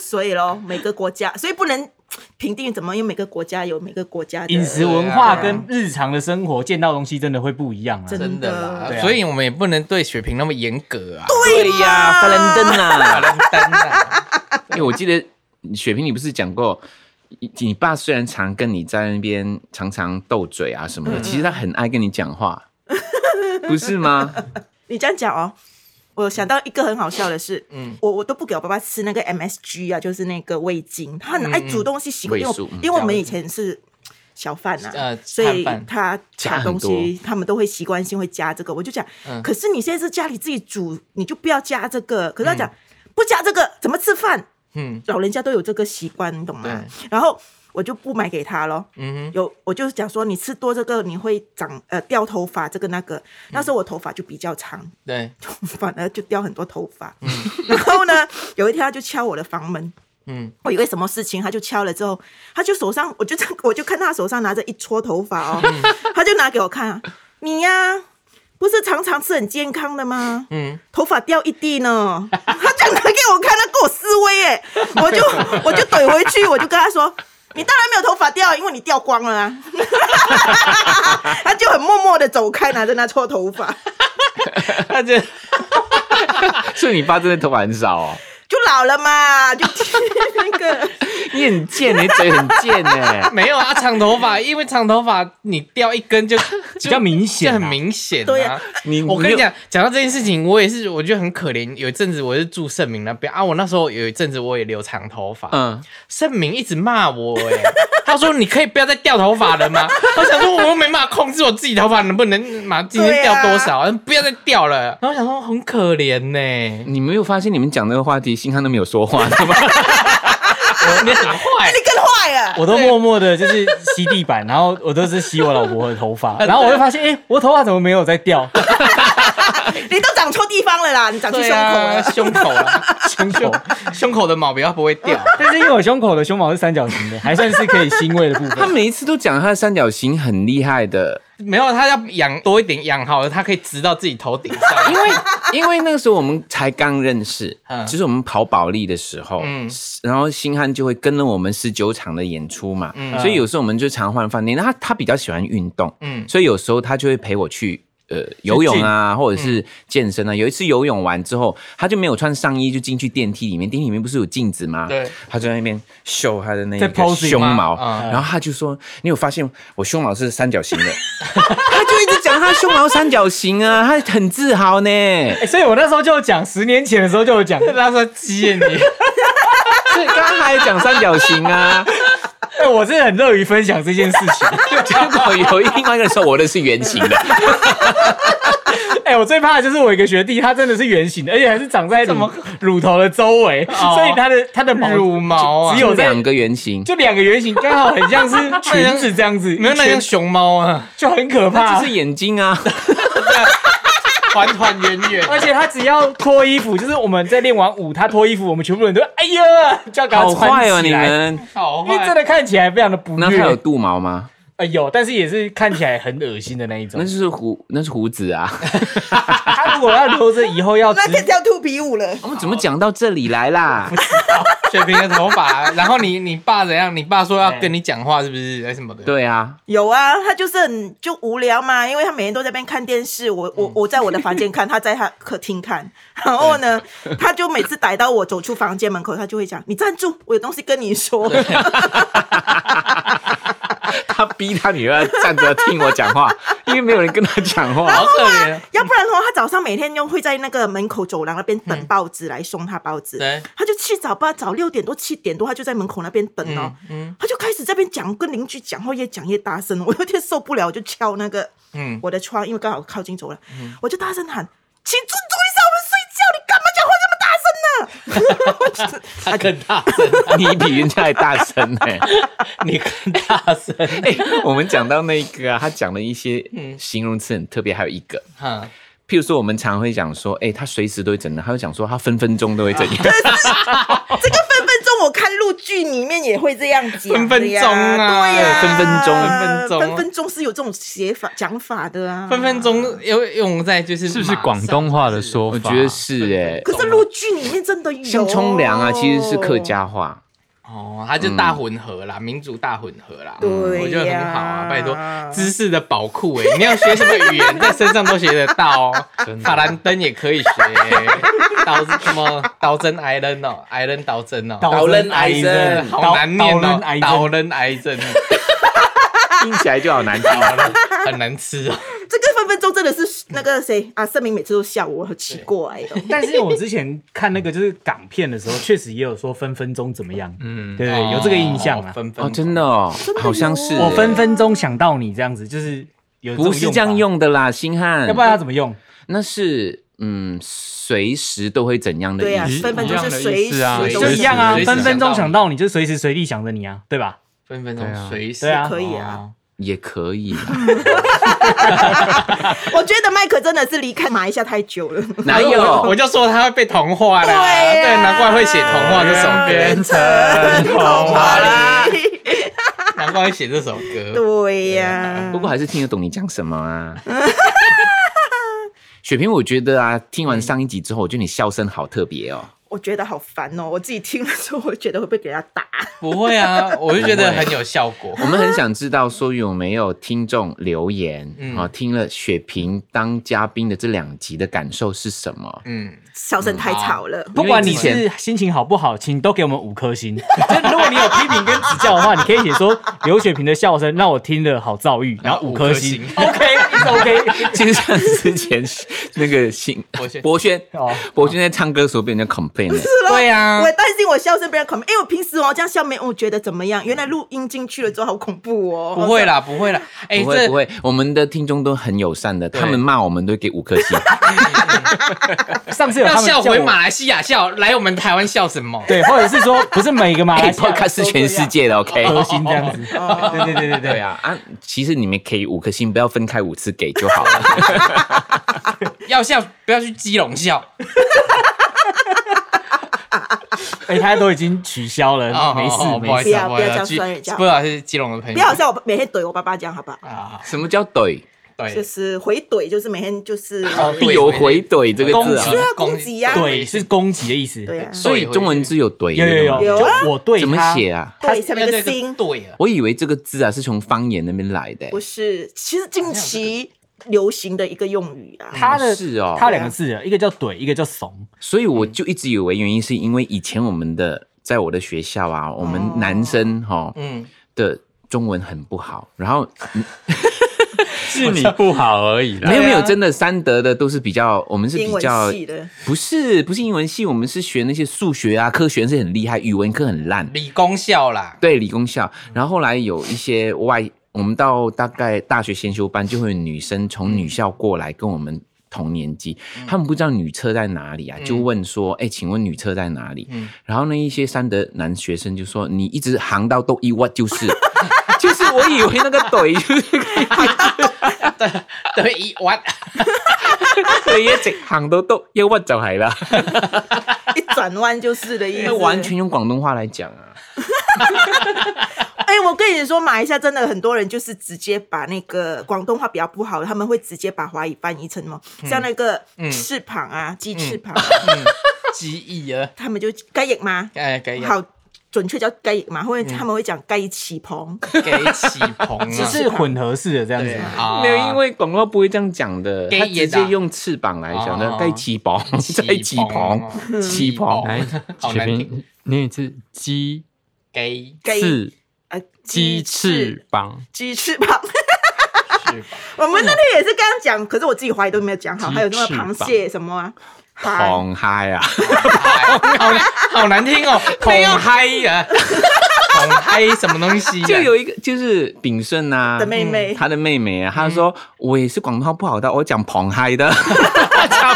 S5: 所以咯，每个国家，所以不能评定怎么，因为每个国家有每个国家的
S3: 饮食文化跟日常的生活见到的东西真的会不一样啊。
S5: 真
S1: 真的啦，
S3: 对啊
S1: 所以我们也不能对水瓶那么严格啊。
S2: 对呀，法兰登啊，
S1: 人单啊，
S2: 因为我记得雪萍，你不是讲过，你你爸虽然常跟你在那边常常斗嘴啊什么
S1: 嗯
S2: 的，其实他很爱跟你讲话，不是吗？
S5: 你这样讲哦，我想到一个很好笑的事，
S1: 嗯
S5: 嗯，我我都不给我爸爸吃那个 MSG 啊，就是那个味精，他
S1: 嗯
S5: 很爱煮东西喜欢，
S2: 味
S5: 因为
S2: 素
S5: 我
S2: 嗯
S5: 因为我们以前是。小贩呐、啊，
S1: 呃
S5: 所以
S1: 摊贩
S5: 他
S2: 加
S5: 加
S2: 很
S5: 东
S2: 多
S5: 西，他们都会习惯性会加这个。我就讲，
S1: 嗯
S5: 可是你现在是家里自己煮，你就不要加这个。可是他讲、不加这个怎么吃饭？
S1: 嗯
S5: 老人家都有这个习惯，你懂吗
S1: 对？
S5: 然后我就不买给他咯。
S1: 嗯
S5: 有我就讲说，你吃多这个你会长呃掉头发，这个那个。那时候我头发就比较长，
S1: 哼，对，
S5: 反而就掉很多头发。 然后呢，有一天他就敲我的房门，
S1: 嗯，
S5: 我以为什么事情，他就敲了之后，他就手上，我就这样，我就看他手上拿着一撮头发哦，
S1: 嗯
S5: 他就拿给我看啊，你呀、不是常常吃很健康的吗？
S1: 嗯，
S5: 头发掉一地呢， 他就拿给我看，他跟我示威哎，我就我就怼回去，我就跟他说。你当然没有头发掉，因为你掉光了啊！ 他就很默默的走开，拿着那撮头发。
S1: 那就。
S2: 所以你爸真的头发很少哦，
S5: 就老了嘛，就那个
S2: 你很贱，欸你嘴很贱欸呢
S1: 没有啊，长头发，因为长头发你掉一根 就
S3: 比较明显啊
S1: 就很明显、
S5: 对
S1: 啊
S5: 啊。
S2: 你
S1: 我跟你，
S2: 又
S1: 讲，讲到这件事情，我也是，我觉得很可怜。有一阵子我是住盛明那边啊，我那时候有一阵子我也留长头发，
S2: 嗯，
S1: 盛明一直骂我、欸，他说你可以不要再掉头发了吗？我想说我又没办法控制我自己头发能不能嘛，今天
S5: 啊
S1: 掉多少，不要再掉了。然后我想说很可怜呢、
S2: 你没有发现你们讲那个话题，新康都没有说话的吗？
S1: 我你很坏
S5: 你更坏啊！
S3: 我都默默的就是吸地板，然后我都是吸我老婆的头发，然后我就发现，哎、我头发怎么没有在掉？
S5: 你都长错地方了啦，你长去胸
S1: 对
S5: 口
S1: 啊，
S5: 了。
S1: 胸口啦，
S3: 胸口，
S1: 胸口的毛比较不会掉。
S3: 但是因为我胸口的胸毛是三角形的，还算是可以欣慰的部
S2: 他
S3: 分。
S2: 每一次都讲他的三角形很厉害的，
S1: 没有，他要养多一点，养好了，他可以直到自己头顶上。因为
S2: 因为那 个时候我们才刚认识
S1: 嗯，
S2: 就是我们跑保利的时候，
S1: 嗯
S2: 然后星汉就会跟着我们十九场的演出嘛，
S1: 嗯
S2: 所以有时候我们就常换饭店。那他他比较喜欢运动，
S1: 嗯
S2: 所以有时候他就会陪我去。呃，游泳啊，或者是健身啊。有一次游泳完之后，他就没有穿上衣，就进去电梯里面。电梯里面不是有镜子吗？
S1: 对，
S2: 他就在那边秀他的那
S3: 在
S2: 个
S3: posing
S2: 胸
S1: 吗
S2: 毛，
S1: 嗯
S2: 然后他就说：“你有发现我胸毛是三角形的？”他就一直讲他胸毛三角形啊，他很自豪呢。
S3: 哎所以我那时候就有讲，十年前的时候就 有讲，
S1: 他说鸡耶你，
S2: 所以刚刚还讲三角形啊，
S3: 哎、我真的很乐于分享这件事情。
S2: 结果有另外一个人说我的是圆形的，
S3: 哎、我最怕的就是我一个学弟，他真的是圆形的，而且还是长在乳乳头的周围，
S1: 哦
S3: 所以他的他的毛
S1: 乳毛啊
S3: 只
S2: 有
S3: 有在
S2: 两个圆形。
S3: 就两个圆形，刚好很 像是裙子这样子，
S1: 没有那
S3: 一圈
S1: 像熊猫啊，
S3: 就很可怕。
S2: 那就是眼睛啊，
S1: 团团圆圆。
S3: 而且他只要脱衣服，就是我们在练完舞，他脱衣服，我们全部人都哎呀，就要给他
S2: 好
S3: 穿
S2: 坏哦
S3: 起
S2: 你
S3: 来，
S2: 们。
S1: 好
S3: 因为真的看起来非常的不
S2: 那他有
S3: 悦。
S2: 肚毛吗？
S3: 哎有，但是也是看起来很恶心的那一
S2: 那
S3: 种
S2: 就。是胡，那是胡子啊。
S3: 他如果要留着以后要直
S5: 那天跳肚皮舞
S1: 嗯
S5: 了，
S2: 我们怎么讲到这里来啦？
S1: 水平的头发，然后你你爸怎样？你爸说要跟你讲话是不是？还是什么的？，
S2: 对啊，
S5: 有啊，他就是很就无聊嘛，因为他每天都在那边看电视，我
S1: 嗯
S5: 我我在我的房间看，他在他客 厅看，然后呢，
S1: 嗯
S5: 他就每次逮到我走出房间门口，他就会讲：“你站住，我有东西跟你说。”
S2: 他逼他女儿站着听我讲话，因为没有人跟他讲
S1: 好
S2: 话。
S1: 可怜。
S5: 要不然的话，他早上每天又会在那个门口走廊那边等报纸来送他报纸。
S1: 嗯对
S5: 他就去早吧，早六点多七点多，他就在门口那边等哦。
S1: 嗯
S5: 他就开始这边讲，跟邻居讲话，越讲越大声，我 有点受不了，我就敲那个
S1: 嗯，
S5: 我的窗，因为刚好靠近走廊，我就大声喊：“请尊重一下我们睡觉，你干嘛讲话这么大声呢？”
S1: 他更大声，
S2: 你比人家还大声呢、
S1: 你更大声。
S2: 哎、我们讲到那个啊，他讲的一些形容词很特别，还有一个，
S1: 哈，
S2: 譬如说我们常会讲说，哎、他随时都会怎样，他会讲说他分分钟都会怎样。
S5: 这个分分钟我看陆剧里面也会这样讲的
S1: 分分
S5: 呀，
S1: 钟啊
S5: 对呀，
S2: 分分钟
S1: 分分钟
S5: 分分钟是有这种写法讲法的啊，
S1: 分分。钟要用在就是
S4: 是不是
S1: 马
S4: 广东话的说
S2: 我
S4: 法？
S2: 觉得是哎、
S5: 可是陆剧里面真的有哦
S2: 像冲凉啊，其实是客。家话。
S1: 哦，他就大混合
S4: 嗯
S1: 啦，民族大混合啦，
S5: 对呀
S1: 我觉得很好啊，拜托，知识的宝库哎，你要学什么语言，在身上都学得到哦
S4: 真，的
S1: 法兰登也可以学，欸 刀什么刀针癌人哦，癌人刀针哦，
S2: 刀刃癌症
S1: 好 难念
S3: 刀刃
S1: 哦
S3: 癌，症
S1: 刀刃癌症，
S2: 听起来就好 难听。
S1: 很难吃哦，
S5: 这个分分钟真的是那个谁啊，盛明每次都笑我，很奇怪哦。
S3: 但是我之前看那个就是港片的时候，确实也有说分分钟怎么样，嗯，对对，有这个印象
S1: 哦
S3: 啊。
S1: 分分
S2: 哦，真的哦，好像是欸、
S3: 我分分钟想到你这样子，就是有
S2: 不是这样
S3: 法，
S2: 用的啦，星汉。
S3: 要不然要怎么用？
S2: 那是嗯，随时都会怎样的
S5: 对
S2: 意
S1: 啊
S5: 呀，
S2: 思？啊
S5: 分分钟是随时
S4: 一样的意
S1: 思
S5: 都
S3: 就
S1: 啊
S3: 一样啊
S1: 随，时
S3: 分分钟
S1: 想
S3: 想
S1: 到
S3: 到你就随时随地想着你啊，对吧？
S1: 分分
S4: 对啊
S1: 钟随时
S3: 对啊
S5: 可以啊。
S2: 也可以啦。
S5: 我觉得麦克真的是离开马来西亚太久了，
S2: 哪
S1: 我我
S2: 有？
S1: 就说他会被同化啦，
S5: 对啊
S1: 对，难怪会写童话这首歌
S4: 变，
S1: 呃
S4: 成童话啦。
S1: 难怪会写这首歌。
S5: 对呀。
S2: 不过还是听得懂你讲什么啊。雪萍，我觉得啊，听完上一集之后，我觉得你笑声好特别哦。
S5: 我觉得好烦哦，我自己听了之后，我觉得会被给他打。
S1: 不会啊，我就觉得很有效果
S2: 我。们很想知道说有没有听众留言啊、
S1: 嗯
S2: 听了雪萍当嘉宾的这两集的感受是什么？
S1: 嗯，
S5: 笑声太吵了，
S3: 不管你
S2: 因为
S3: 是心情好不好，请都给我们五颗星。就如果你有批评跟指教的话，你可以写说刘雪萍的笑声让我听了好躁郁，然后五颗星
S1: 五颗。
S3: OK，OK。
S2: 其实像之前那个新
S1: 博轩
S2: 博轩
S3: 哦，
S2: 博轩在唱歌的时候被人家 complain 了。
S1: 对啊
S5: 我，也担心我笑声被人 c o 因为我平时哦这样笑没，我觉得怎么样？原来录音进去了之后好恐怖哦。
S1: 不会啦，不会啦。哎，
S2: 不会
S1: 这
S2: 不会，我们的听众都很友善的，
S1: 对
S2: 他们骂我们都会给五颗星。
S3: 上次有他
S1: 要
S3: 们
S1: 笑
S3: 叫
S1: 回
S3: 我
S1: 马来西亚笑，来我们台湾笑什么？
S3: 对，或者是说不是每个马
S2: 哎
S3: 来西亚
S2: ，Podcast 是全世界的，OK？
S3: 核心这样子。
S5: 哦。
S3: 对对对对
S2: 对
S3: 对，
S2: 啊啊，其实你们可以五颗星，不要分开五次给就好了。
S1: 要笑不要去基隆笑，
S3: 哎，他都已经取消了
S1: 哦，
S3: 没
S1: 哦
S3: 事
S1: 哦不好
S3: 没
S1: 意
S3: 事
S1: 思啊，
S5: 不要
S1: 不好意思
S5: 不
S1: 啊
S5: 要
S1: 基
S5: 这样酸人家
S1: 不好意思，基隆的朋友
S5: 不要好像我每天怼我爸爸这样，好不好？
S1: 啊，
S2: 什么叫怼？
S5: 就
S1: 对，
S5: 是回怼，就是每天就是
S2: 必有回怼这个字啊
S1: 攻击。
S5: 啊攻击啊
S3: 对，是攻击的意思。
S5: 对啊，
S2: 所以中文字有怼，
S3: 有有有，
S5: 有
S3: 就
S5: 啊
S3: 我对
S2: 怎么
S3: 他
S2: 写啊？
S5: 对，下面一
S1: 那
S5: 个
S1: 这
S5: 心
S1: 对啊，
S2: 我以为这个字啊是从方言那边来的欸
S5: 不。是，其实近期流行的一个用语啊。
S3: 他的
S2: 是哦
S3: 他两个字，一个叫怼，一个叫怂。
S2: 所以我就一直以为原因是因为以前我们的在我的学校啊，我们男生哈
S1: 嗯，
S2: 的中文很不好，然后
S4: 是你不好而已啦
S2: 没。有没有真的三德的都是比较，我们是比
S5: 啊英文
S2: 较
S5: 系的，
S2: 不是不是英文系，我们是学那些数学啊、科学是很厉害，语文课很烂，
S1: 理工笑啦，
S2: 对理工校。然后后来有一些外，我们到大概大学先修班就会有女生从女校过来跟我们。同年级，
S5: 嗯
S2: 他们不知道女厕在哪里啊，就问说：“哎、请问女厕在哪里？”
S1: 嗯
S2: 然后那一些三德男学生就说：“你一直行到都一我就是， 就是我以为那个怼就是
S1: 对一万，
S2: 怼一直行到都一我就係啦。”
S5: 一转弯就是的意思。
S2: 那完全用广东话来讲啊，
S5: 哎、我跟你说，马来西亚真的很多人就是直接把那个广东话比较不好的，他们会直接把华语翻译成什么，像那个翅膀啊、鸡翅膀啊，
S1: 机翼啊，
S5: 他们就该译吗？
S1: 哎，给
S5: 好，准确叫该译嘛，或者他们会讲该起棚。
S1: 给起棚 啊，
S3: 就是混合式的这样子
S1: 对。啊，
S2: 没有，因为广东话不会这样讲的，啊
S1: 给
S2: 他
S1: 也
S2: 直
S1: 打
S2: 接用翅膀来讲的
S1: 哦，
S2: 盖旗 袍，盖旗袍，旗袍，
S4: 来，
S1: 好
S4: 雪
S1: 难
S4: 萍
S1: 听，
S4: 念一次鸡
S1: 给
S5: 该
S4: 翅
S5: 呃，
S4: 鸡翅膀，
S5: 鸡翅膀，
S1: 翅
S5: 我们那天也是刚刚讲，可是我自己华语都没有讲好，
S4: 鸡
S5: 还有那个
S4: 翅膀
S5: 螃蟹什么啊，海
S2: 捧嗨啊，
S1: 好难好难听哦，没有嗨啊，好黑什么东西啊，
S2: 就有一个就是炳顺呐、
S5: 的妹妹，嗯
S2: 他的妹妹啊，她说、我也是广东话不好的，我讲螃蟹的， 讲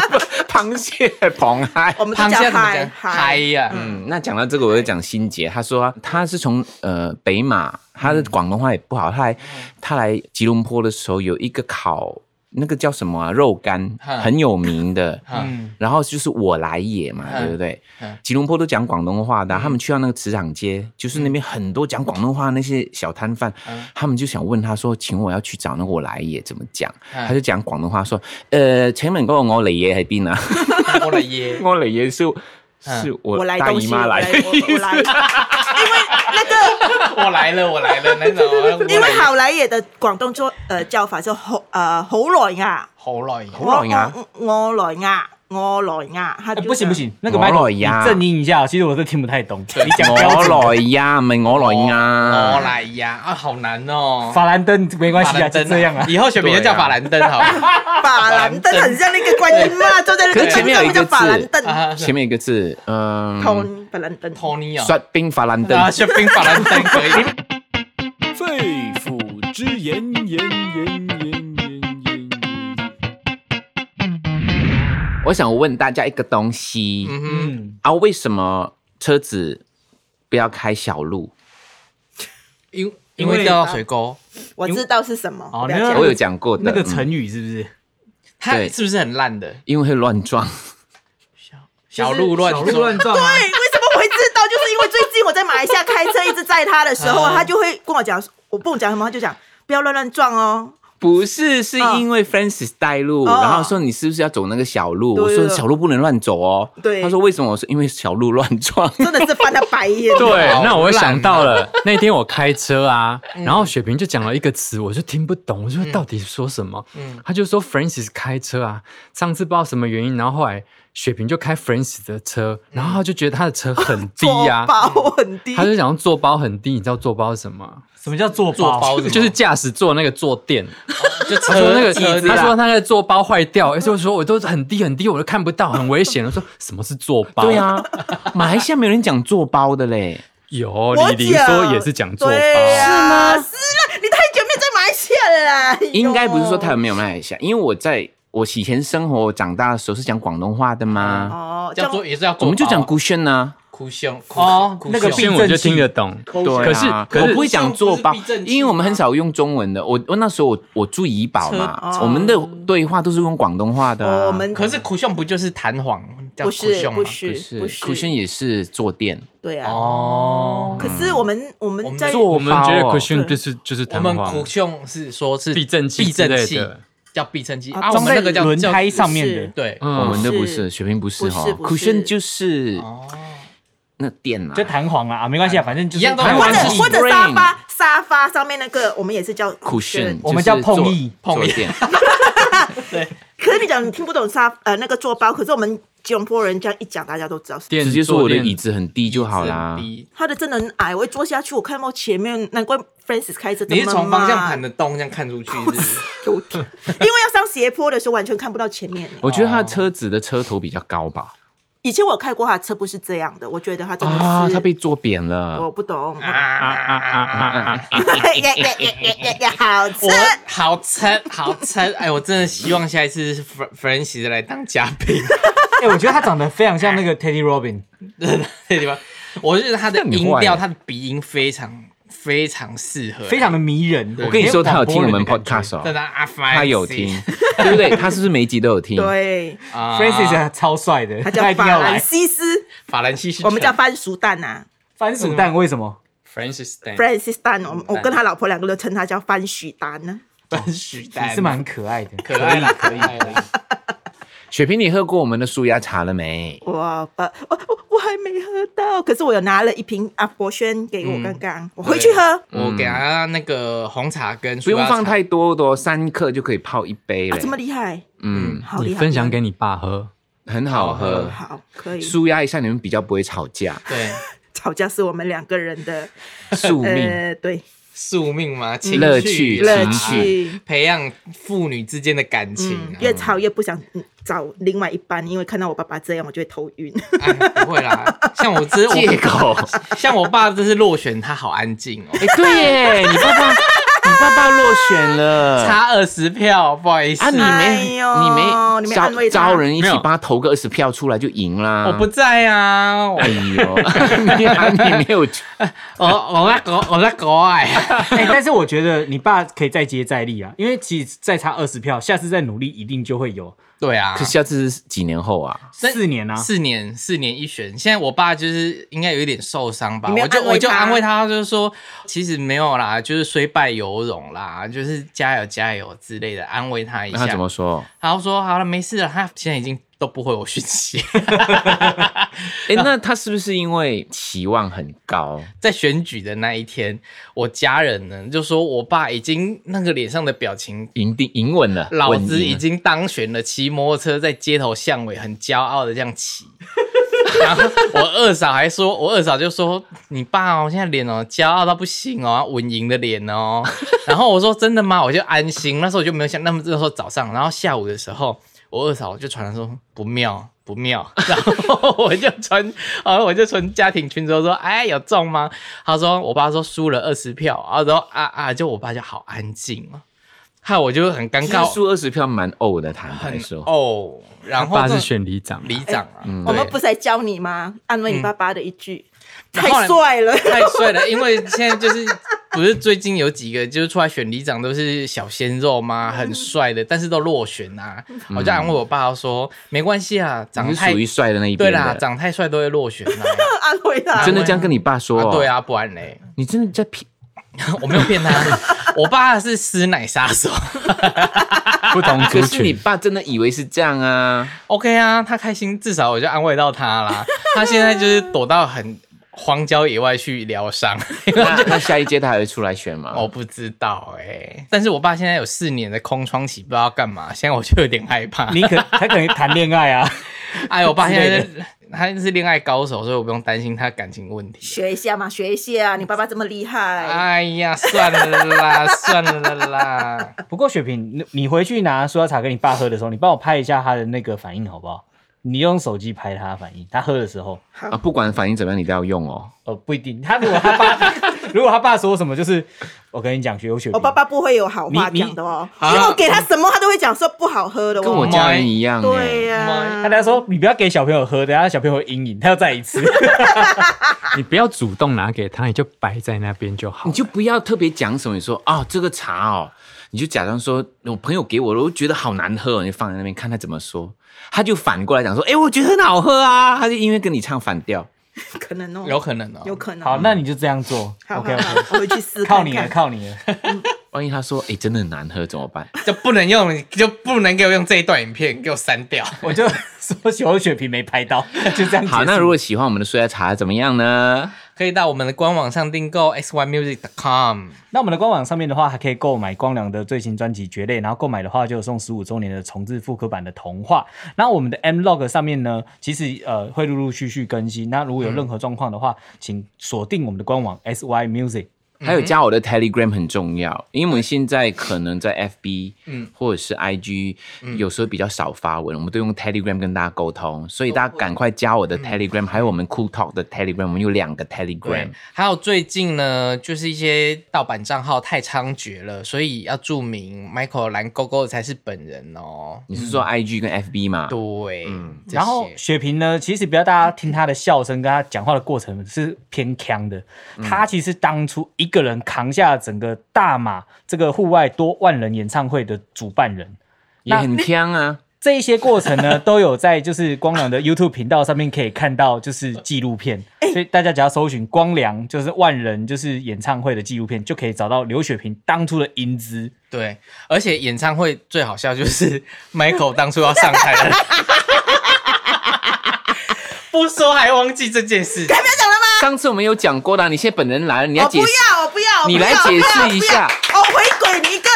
S2: 螃蟹螃蟹。
S5: 我们都
S1: 螃蟹
S5: 叫
S1: 怎么讲
S5: 嗨？
S1: 嗨
S5: 嗨，
S1: 呀，
S2: 嗯，那讲到这个，我就讲心结。她说
S1: 嗯
S2: 她是从呃北马，她的广东话也不好，她来
S1: 嗯
S2: 她来吉隆坡的时候有一个烤那个叫什么、啊、肉干，
S1: 嗯
S2: 很有名的。
S1: 嗯，
S2: 然后就是我来也嘛，
S1: 嗯
S2: 对不对
S1: 嗯？
S2: 吉隆坡都讲广东话的啊，他们去到那个磁场街，就是那边很多讲广东话那些小摊贩
S1: 嗯，
S2: 他们就想问他说，请我要去找那个我来也怎么讲？
S1: 嗯
S2: 他就讲广东话说，呃，请问嗰个我嚟嘢喺边啊？
S1: 嗯我的爷，
S2: 我嚟嘢是
S1: 嗯
S2: 是
S5: 我
S2: 我
S5: 来
S2: 大
S5: 东
S2: 姨
S5: 西，
S2: 妈
S5: 我来
S2: 来，
S5: 我我来， 因为那个
S1: 我来了，我来了，那种我来
S5: 因为好来也的广东做呃叫法就好呃好来啊，
S1: 好来，
S2: 好来啊
S5: 我我我来啊，我来啊，他
S3: 哎
S5: 就
S3: 不行不行，那个
S2: 我
S3: Michael
S2: 来呀
S3: 你正音一下，其实我都听不太懂。你讲标准
S2: 我来呀，唔系我来
S1: 哦我
S2: 呀，
S1: 来呀，啊，好难哦。
S3: 法兰登没关
S1: 法
S3: 系啊，
S1: 兰
S3: 就
S1: 登
S3: 这样啊。
S1: 以后选名就叫法兰登好了。
S5: 法兰凳很像那个观音嘛，坐在那
S2: 可
S5: 个
S2: 是前面有一个
S5: 叫法兰
S2: 字
S5: 凳，
S1: 啊
S2: 前面一个字，嗯，
S5: 通法兰凳。
S1: 托尼啊，
S2: 刷冰法兰登。
S1: 啊，选冰法兰登可 以。
S6: 肺腑之言，言言言言言言。
S2: 我想问大家一个东西，
S1: 嗯哼，
S3: 嗯，
S2: 啊，为什么车子不要开小路？
S1: 因因为掉到水沟，
S5: 我知道是什么，
S3: 哦
S5: 我不要
S3: 那个
S5: 讲
S2: 我有讲过的，
S3: 那个
S2: 嗯、
S3: 成语是不是？
S1: 它
S2: 对
S1: 是不是很烂的？
S2: 因为会乱撞，
S1: 小鹿乱
S4: 小鹿乱撞啊，
S5: 对，为什么我会知道？就是因为最近我在马来西亚开车，一直载他的时候，
S1: 嗯
S5: 啊他就会跟我讲，我不懂讲什么，他就讲不要乱乱撞哦。
S2: 不是是因为 Francis 带路，
S5: 哦
S2: 然后说你是不是要走那个小路？
S5: 对
S2: 我
S5: 对
S2: 说
S5: 对
S2: 小路不能乱走哦。
S5: 对
S2: 他说为什么？我说因为小路乱撞。
S5: 真的是翻他白 眼。
S4: 对
S1: 好，
S4: 那我
S1: 烂
S4: 想到了，那天我开车啊，然后雪萍就讲了一个词，我就听不懂，我就说到底说什么？他就说 Francis 开车啊，上次不知道什么原因，然后后来雪萍就开 Francis 的车，然后他就觉得他的车很低
S5: 坐
S4: 呀、
S5: 包很低
S4: 啊他，就想要坐包很低，你知道坐包是什么啊？
S3: 什么叫做
S1: 做包子吗，
S4: 就是驾驶座那个坐垫，
S1: 就
S4: 他说
S1: 车
S4: 那个
S1: 车子
S4: 他
S1: 啊
S4: 说他那个坐包坏掉，而且我说我都很低很低，我都看不到，很危险。我说什么是坐包？
S2: 对，啊， 马来西亚没有人讲坐包的嘞。
S4: 有
S5: 我
S4: 李玲
S5: 讲
S4: 说也是讲坐包，
S5: 对啊是啦，你太久没有在马来西亚了啦。哎呦
S2: 应该不是说台湾没有马来西亚，因为我在我以前生活我长大的时候是讲广东话的嘛，
S5: 哦，这
S1: 叫
S5: 样
S1: 做也是要做包啊，
S2: 我们就讲孤炫呢。
S1: 哭胸
S3: 哦那个
S4: 所以我就听得懂。
S2: 对啊，
S4: 可是可是
S2: 我不会讲做包
S1: 不是避震，器吗
S2: 因为我们很少用中文的。我我那时候我我住怡保嘛
S5: 车，
S2: 我们的对话都是用广东话的啊、
S5: 哦我们
S1: 可是苦胸不就是弹簧叫
S5: 不
S1: 苦啊
S5: 是
S1: 胸
S5: 不
S1: 吗？
S5: 是
S2: 是
S5: 不
S2: cushion 也是坐垫，
S5: 对啊。
S1: 哦，
S5: 可是我们我
S1: 我
S5: 们
S1: 们
S5: 在
S2: 做
S4: 我们觉得
S2: 包哦
S4: cushion 就是就是
S1: 我
S4: 弹
S1: 们
S4: 簧
S1: 苦胸是说是
S4: 避震器
S1: 避
S4: 之
S1: 震
S4: 类
S1: 器
S4: 的。
S1: 叫避震器
S5: 啊
S1: 啊，我
S3: 装
S1: 们
S3: 在
S1: 那个叫
S3: 轮
S1: 叫
S3: 胎上面
S5: 是
S3: 的，
S1: 对，
S2: 我
S4: 嗯，
S2: 们的
S5: 不
S2: 哦不
S5: 是
S2: 是，雪萍不是哈
S5: 不是不是
S2: ，cushion 就是
S1: 哦，
S2: 那垫啊
S3: 就。弹簧啦啊，没关系啊，反正就是
S1: 哎一样都
S3: 弹
S5: 或
S3: 簧
S5: 者
S1: 玩
S3: 是
S1: 是
S5: 或者沙发沙发上面那个，我们也是叫
S2: cushion，
S3: 我们叫碰椅
S2: 坐
S1: 碰椅
S2: 垫。
S5: 可是你讲你听不懂沙呃那个坐包，可是我们吉隆坡人这样一讲，大家都知道是。
S4: 电
S2: 直接说
S4: 坐
S2: 我的
S4: 垫
S2: 椅子很低就好啦
S1: 是。低
S5: 他的真的很矮，我一坐下去，我看到前面，难怪 Francis 开车这
S1: 你
S5: 么慢。
S1: 是从方向盘的洞这样看出去，是不是
S5: 有点，因为要上斜坡的时候完全看不到前面。
S2: 我觉得他的车子的车头比较高吧，
S5: 以前我开过他的车不是这样的，我觉得他真的是，
S2: 啊，他被坐扁了。
S5: 我不懂。
S1: 啊啊啊啊！
S5: 呀呀呀呀呀呀！好吃
S1: 我，好撑，好撑！哎，我真的希望下一次是 Fr- Francis 来当嘉宾。
S3: 哎，我觉得他长得非常像那
S1: 哎
S3: 个 Teddy Robin，
S1: 这地方，我觉得他的
S2: 你
S1: 音
S2: 坏
S1: 调、
S2: 了
S1: 他的鼻音非常非常适合，
S3: 非常的迷人。
S1: 对
S2: 我跟你说，他有听我们
S3: 可以广播人的感觉
S2: podcast
S1: 真
S2: 哦，
S1: 的啊阿凡，
S2: 他有听， 对不对？他是不是每一集都有听？
S5: 对，
S1: 啊
S3: Francis 超帅的，
S5: 他
S3: 他
S5: 叫
S3: 一定
S5: 法
S3: 要
S5: 兰
S3: 来。
S5: 西斯，
S1: 法兰西是
S5: 我们叫番薯蛋呐
S3: 番薯蛋为什么？
S1: Francis Dan
S5: ，Francis 蛋。我们
S1: 哎
S5: 我跟他老婆两个都称他叫番许蛋呢。
S1: 番许
S3: 也
S1: 丹
S3: 是蛮可爱的。
S1: 嗯可爱啦，可以啦。
S2: 雪萍，你喝过我们的舒压茶了没？
S5: 我不，我哦我我还没喝到，可是我有拿了一瓶阿伯轩给我刚刚，我回去喝。
S1: 我给他那个红茶跟
S2: 不
S1: 不。
S2: 用放太多的哦，三克就可以泡一杯
S5: 啊
S2: 了，。
S5: 这么厉害，
S2: 嗯，
S5: 好厉
S4: 你
S5: 害！
S4: 分享给你爸喝，
S2: 很好喝，
S5: 好，可以。
S2: 舒压一下，你们比较不会吵架
S1: 对，
S5: 吵架是我们两个人的，
S2: 宿命，
S5: 呃，对，
S1: 宿命吗？情
S2: 乐
S1: 趣
S2: 趣
S1: 啦
S5: 乐趣。
S1: 培养父女之间的感情
S5: 嗯
S1: 啊，
S5: 越吵越不想嗯找另外一半，因为看到我爸爸这样，我就会头晕。
S1: 哎，不会啦，像我只
S2: 借
S1: 我
S2: 口。
S1: 像我爸这次落选，他好安静哦，
S4: 嗯
S2: 哎，对耶，你爸爸， 你爸爸落选了。
S1: 差二十票，不好意思
S2: 啊，你，
S5: 哎
S2: 没，
S5: 呦
S2: 你
S5: 你
S2: 没
S5: 没安
S2: 招
S5: 慰他
S2: 招人一起
S4: 没有
S2: 帮他投个二十票出来就赢啦。
S1: 我不，在啊，我
S2: 哎呦，你啊你没有
S1: 我我在国我在国外，
S3: 哎、但是我觉得你爸可以再接再厉啊，因为其实再差二十票，下次再努力一定就会有
S1: 对 啊
S2: 可，下次是几年后啊？
S1: 那
S3: 四年啊。
S1: 四年四年一选，现在我爸就是应该有一点受伤吧，
S5: 你没有
S1: 我就
S5: 安慰
S1: 我就
S5: 他
S1: 安慰他，就是说其实没有啦，就是虽败犹荣啦，就是加油加油之类的，安慰他一
S2: 那
S1: 下
S2: 他。怎么说？
S1: 然后说好了，没事了，他现在已经都不回我讯息，
S2: 哎，那他是不是因为期望很高？
S1: 在选举的那一天，我家人呢就说我爸已经那个脸上的表情，
S2: 赢定赢稳了，
S1: 老
S2: 稳
S1: 子
S2: 赢
S1: 已经当选了，骑摩托车在街头巷尾很骄傲的这样骑。 然后我二嫂还说，我二嫂就说你爸哦，现在脸哦骄傲到不行哦，稳赢的脸哦。 然后我说真的吗？我就安心。那时候我就没有想，那么那时候早上，然后下午的时候，我二嫂就传来说不妙不妙， 然后我就传，然后我就传家庭群组说，哎有中吗？他说我爸说输了二十票，然后然后啊啊，就我爸就好安静哦，害我就很尴
S2: 其
S1: 尬
S2: 实，输二十票蛮呕的，坦白
S1: 很
S2: 说。
S1: 哦，然后
S4: 爸
S1: 这
S4: 是选里长啊，
S1: 里长
S2: 哎
S1: 啊，
S2: 嗯
S5: 我们
S1: 对
S5: 不是还教你吗？安慰你爸爸的一句，
S1: 然后
S5: 太
S1: 呢
S5: 帅了。
S1: 太帅了，因为现在就是不是最近有几个就是出来选里长都是小鲜肉 吗？很帅的，但是都落选啊。我就安慰我爸说，没关系啊，长
S2: 嗯你
S1: 得
S2: 是
S1: 太
S2: 属于帅的那一
S1: 对
S2: 边
S1: 啦，
S2: 的，
S1: 长太帅都会落选 啊。
S5: 安慰他，
S2: 真的这样跟你爸说、哦
S1: 啊对，啊，不然嘞，
S2: 你真的在骗？
S1: 我没有骗他，我爸是师奶杀手。
S4: 不同族
S2: 啊可是你
S4: 群。
S2: 爸真的以为是这 样啊？
S1: OK 啊，他开心，至少我就安慰到他啦。他现在就是躲到很荒郊野外去疗伤。
S2: 那那下一届他还会出来选吗？
S1: 我
S2: 哦，
S1: 不知道哎、但是我爸现在有四年的空窗期，不知道干嘛。现在我就有点害怕。
S3: 你可他可能谈恋爱啊，
S1: 哎，我爸现在
S3: 之
S1: 是他是恋爱高手，所以我不用担心他感情问题。
S5: 学一下嘛，学一下。你爸爸这么厉害，
S1: 哎呀，算了啦， 算了啦。
S3: 不过雪萍，你你回去拿塑料茶给你爸喝的时候，你帮我拍一下他的那个反应好不好？你用手机拍他的反应，他喝的时候，
S2: 啊，不管反应怎么样，你都要用哦。
S3: 呃，不一定。他如果 他爸，如果他爸说什么，就是我跟你讲，
S2: 哦
S3: 雪雪，
S5: 我哦爸爸不会有好话
S3: 你你
S5: 讲的哦。因
S1: 啊
S5: 为我给他什么，他都会讲说不好喝的哦。
S2: 跟我家人一样、欸，
S5: 对啊呀
S3: 他，他说你不要给小朋友喝，等下小朋友有阴影，他要再一次。
S4: 你不要主动拿给他，你就摆在那边就好
S2: 你。就不要特别讲什么，你说哦这个茶哦，你就假装说我朋友给我的，我觉得好难喝哦，你就放在那边看他怎么说，他就反过来讲说，哎、我觉得很好喝啊，他就因为跟你唱反调，
S5: 可能哦，
S1: 有可能哦、
S5: 有可能。
S3: 好，那你就这样做
S5: 好
S3: ，OK
S5: 好
S3: OK，
S5: 好，我回去试
S3: 靠
S5: 看
S3: 你了，
S2: 啊
S5: 看。
S3: 靠你了。
S2: 万一他说，哎、真的很难喝怎么办？
S1: 就不能用，就不能给我用这一段影片，给我删掉。
S3: 我就说小雪萍没拍到， 就这样结束。
S2: 好，那如果喜欢我们的睡袋茶怎么样呢？
S1: 可以到我们的官网上订购 xymusic.com。
S3: 那我们的官网上面的话，还可以购买光良的最新专辑《蕨类》，然后购买的话就有送十五周年的重置复刻版的《童话》。那我们的 M Log 上面呢，其实呃会陆陆续续更新。那如果
S2: 嗯
S3: 有任何状况的话，请锁定我们的官网 S Y Music。
S2: 还有加我的 Telegram 很重要，因为我们现在可能在 FB，嗯，或者是 IG，、有时候比较少发文，我们都用 Telegram 跟大家沟通，所以大家赶快加我的 Telegram，、还有我们 Cool Talk 的 Telegram，我们有两个 Telegram
S1: 对。，还有最近呢，就是一些盗版账号太猖獗了，所以要注明 Michael 蓝勾勾才是本人哦。
S2: 你是说 IG 跟 FB 嘛？
S1: 对，
S2: 嗯
S1: 这些
S3: 然后雪萍呢，其实不要大家听她的笑声，跟她讲话的过程是偏腔的。
S2: 嗯
S3: 她其实当初一个人扛下整个大马这个户外多万人演唱会的主办人。
S2: 也很香啊。
S3: 这一些过程呢， 都有在就是光良的 YouTube 频道上面可以看到，就是纪录片，
S2: 哎
S3: 所以大家只要搜寻光良就是万人就是演唱会的纪录片，就可以找到刘雪萍当初的英姿。
S1: 对，而且演唱会最好笑就是 Michael 当初要上台 的，不说还忘记这件事。
S2: 上次我们有讲过的啊，你现在本人来了，你要
S5: 我
S2: 解
S5: 哦不
S2: 释，
S5: 要，我不要，我不要哦
S2: 你来解释一下
S5: 我不要我回怼你一个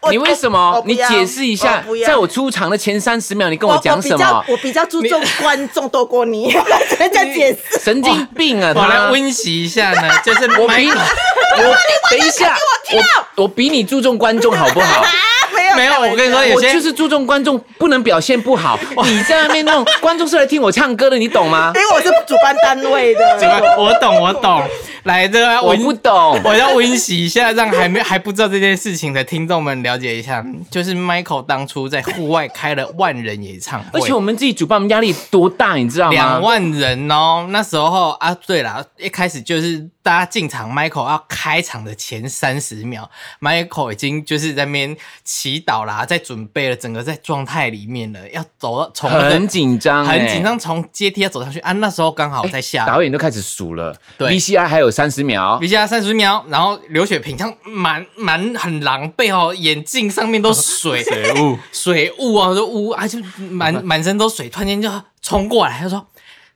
S5: 我
S2: 你为什么
S5: 我？哦不
S2: 你
S5: 要
S2: 解释一下
S5: 我不，要哦
S2: 在我出场的前三十秒，你跟
S5: 我
S2: 我讲什么
S5: 我比？较我比较注重观众多过你， 人家解释。
S2: 神经病啊！
S1: 哦我
S2: 他
S1: 来温习一下呢，就是
S2: 我
S1: 没
S2: 比
S1: 有
S2: 我等一下，我我比你注重观众好不 好？
S5: 啊没有
S1: 没有，我跟你说，哎有
S2: 我
S1: 些
S2: 就是注重观众，不能表现不好。你在那边弄，观众是来听我唱歌的，你懂吗？
S5: 因为我是主办单位 的，
S1: 我我懂我懂，来这个
S2: 我
S1: 温
S2: 不懂。
S1: 我要温习一下，让还没还不知道这件事情的听众们了解一下，就是 Michael 当初在户外开了万人演唱会，
S2: 而且我们自己主办，我们压力多大，你知道吗？
S1: 两万人哦。那时候啊，对啦，一开始就是大家进场，Michael 要开场的前三十秒，Michael 已经就是在那边祈祷啦，在准备了，整个在状态里面了，要走到从那个
S2: 很紧张、哎欸
S1: 很紧。张，从阶梯要走上去啊。那时候刚好在下
S2: 导演都开始数了
S1: 对
S2: ，VCR 还有三十秒
S1: 比，下三十秒，然后刘雪平这样蛮蛮很狼狈哦，眼镜上面都 水水雾水雾啊，都雾啊，就满满身都水，突然间就冲过来，他说：“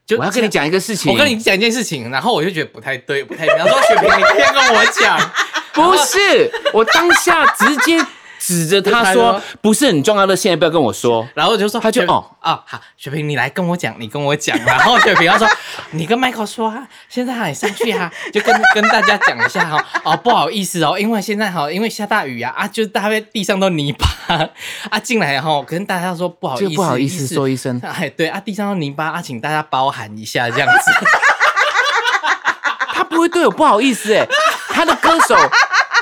S1: 就
S2: 我要跟你，讲一个事情。
S1: 我跟你讲一件事情。”然后我就觉得不太对，不太对，他说：“雪平，你先跟我讲。
S2: 不是，我当下直接指着他
S1: 就
S2: 说
S1: 他：“
S2: 不是很重要的，现在不要跟我说”。
S1: 然后我就说：“
S2: 他就
S1: 雪
S2: 哦
S1: 啊，好，雪平，你来跟我讲，你跟我讲。”然后雪平他说：“你跟 Michael 说啊，现在喊你上去啊，就跟跟大家讲一下哈、 哦。不好意思哦，因为现在哈、因为下大雨啊，啊，就是大家地上都泥巴啊，进来哈、跟大家说不好意
S2: 这
S1: 思，
S2: 个不好意思说一声
S1: 哎，对啊，地上都泥巴啊，请大家包涵一下这样子。
S2: 他不会对我不好意思哎、他的歌手，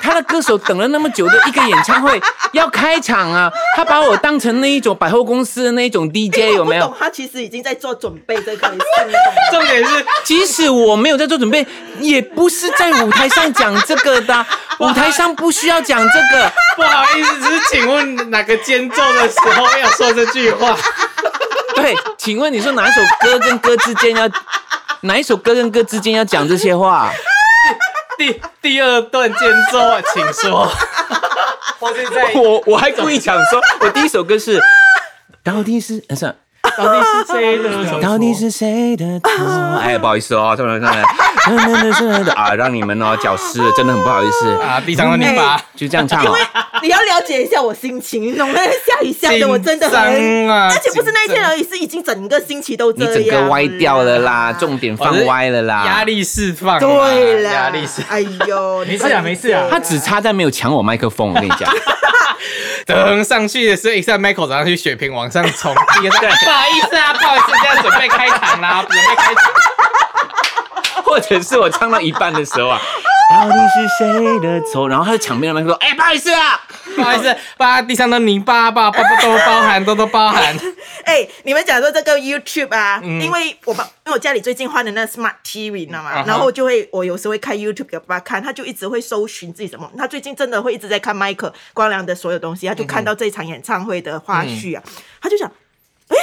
S2: 他的歌手等了那么久的一个演唱会要开场啊，他把我当成那一种百货公司的那一种 DJ 有没
S5: 哎
S2: 有
S5: 我不懂？他其实已经在做准备这个事，你懂吗
S1: 重点是
S2: 即使我没有在做准备，也不是在舞台上讲这个的啊、舞台上不需要讲这个。
S1: 不好意思，只是请问哪个间奏的时候要说这句话？
S2: 对，请问你说哪一首歌跟歌之间要，哪一首歌跟歌之间要讲这些话？
S1: 第第二段间奏，请说。或是在
S2: 我我还故意讲说，我第一首歌是。到底是呃是
S1: 到底是谁的？
S2: 到底是谁的错？哎，不好意思哦，上来上来，真的真的啊，让你们哦脚湿了，真的很不好意思，
S1: 啊，地上的泥巴，
S2: 就这样唱哦。
S5: 你要了解一下我心情，你懂吗？下雨下的我真的
S1: 紧
S5: 很，
S1: 张啊
S5: 而且不是那一天而已，是已经整个星期都
S2: 你
S5: 这样了，
S2: 整个歪掉了啦，重点放歪了啦。
S1: 压力释放啦，
S5: 对
S2: 啊
S5: 啦，
S1: 压力释
S5: 哎呦，
S3: 没事啊，没事啊。
S2: 他只差在没有抢我麦克风，我跟你讲，
S1: 等上去的时候，一下 Michael 早上去血瓶往上冲，一个是不好意思啊，不好意思，现在准备开场啦，准备开场。
S2: 或者是我唱到一半的时候 啊，到底是谁的错？然后他就抢别人麦克风，哎，不好意思啊，
S1: 不好意思，把地上的泥巴吧，包都包含，都都包含。
S5: 哎、你们讲说这个 YouTube 啊，因为我把因为我家里最近换的那 Smart TV，你知道吗
S1: 嗯啊哈
S5: 然后我就会我有时候会开 YouTube 给爸爸看，他就一直会搜寻自己什么。他最近真的会一直在看麦克光良的所有东西，他就
S1: 嗯
S5: 看到这一场演唱会的花絮啊，他就想，哎、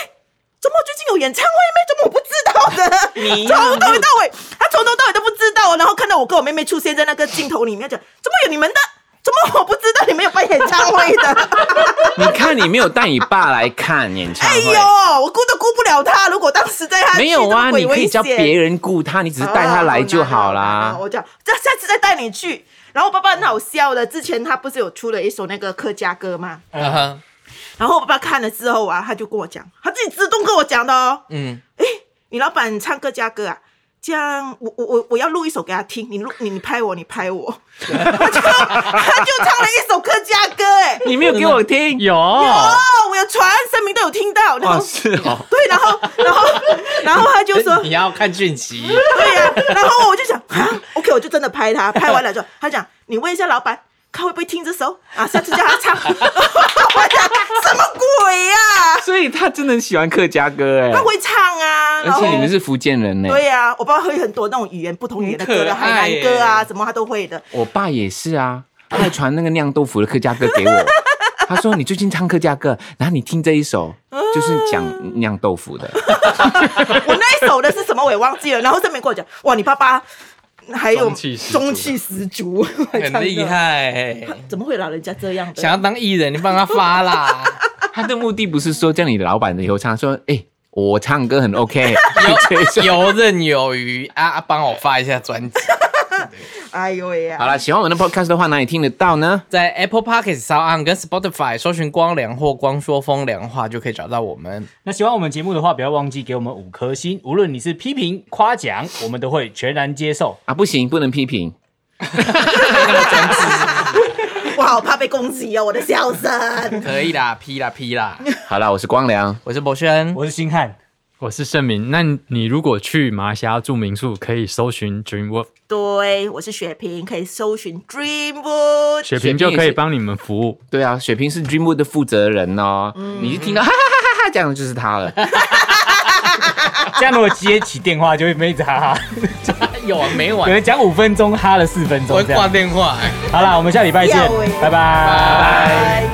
S5: 怎么最近有演唱会咩？ 怎么我不知道的？从头到尾，他从头到尾都不知道哦。然后看到我跟我妹妹出现在那个镜头里面，讲怎么有你们的？怎么我不知道你们有办演唱会的？
S2: 你看你没有带你爸来看演唱
S5: 哎
S2: 会。
S5: 呦，我顾都顾不了他。如果当时带他
S2: 没有啊，你可以叫别
S5: 人，
S2: 人雇他，你只是带他来就好
S5: 啊
S2: 啦
S5: 我。讲，这下次再带你去。然后我爸爸很好笑的，之前他不是有出了一首那个客家歌嘛？
S1: 嗯哼，
S5: 然后我爸爸看了之后啊，他就跟我讲，他自己自动跟我讲的哦。
S1: 嗯，
S5: 你老板唱客家歌啊，这样我我我我要录一首给他听，你录你你拍我，你拍我。他就他就唱了一首客家歌，哎，
S2: 你没有给我听，
S4: 有
S5: 哦，我有传，声明都有听到。然
S2: 哦，
S5: 后
S2: 是哦，
S5: 对，然后然后然后他 就说
S1: 你。要看俊奇，
S5: 对呀、然后我就想啊，OK，我就真的拍他，拍完了之后，他讲你问一下老板，看会不会听这首啊，下次叫他唱。我讲什么鬼呀、
S2: 所以他真的很喜欢客家歌哎
S5: 他，会唱啊，
S2: 而
S5: 然后
S2: 且你们是福建人哎呢，
S5: 对呀、我爸爸会很多那种语言不同语言的歌
S1: 很
S5: 的，
S1: 可
S5: 海
S1: 爱
S5: 南歌啊什么他都会的。
S2: 我爸也是啊，他还传那个酿豆腐的客家歌给 我。他说：“你最近唱客家歌，然后你听这一首，就是讲酿豆腐的。
S5: 我那一首的是什么我也忘记了，然后这边跟我讲，哇，你爸爸还有
S4: 中气十足
S5: 中气十足，
S1: 很厉。害，
S5: 怎么会老人家这样的？
S1: 想要当艺人，你帮他发啦。
S2: 他的目的不是说叫你老板以后唱，说哎、我唱歌很 OK，你这一首
S1: 游刃有余啊！啊帮我发一下专辑，
S5: 哎呦喂呀！
S2: 好了，喜欢我们的 podcast 的话，哪里听得到呢？
S1: 在 Apple Podcast、s o u n 跟 Spotify 搜寻“光良”或“光说风凉话”就可以找到我们。
S3: 那喜欢我们节目的话，不要忘记给我们五颗星。无论你是批评、夸奖，我们都会全然接受。
S2: 啊，不行，不能批评。
S5: 我好怕被攻击哦，我的笑 声。
S1: 可以啦，批啦批啦！
S2: 好了，我是光良，
S1: 我是博轩，
S3: 我是星汉，
S4: 我是盛明。那你如果去马来西亚住民宿，可以搜寻 Dream Work，
S5: 对，我是雪萍，可以搜寻 Dreamwood。
S4: 雪萍就可以帮你们服务。
S2: 对啊，雪萍是 Dreamwood 的负责人哦。你一听到哈哈哈哈哈，这样就是他了。
S3: 这样如果接起电话就会妹 子哈哈，
S1: 有完没
S3: 有
S1: 完？
S3: 人讲五分钟，哈了四分
S1: 我会
S3: 钟这
S1: 挂
S3: 样。
S1: 电话、
S3: 好啦，我们下礼拜见
S5: 要欸，
S3: 拜拜
S5: 拜。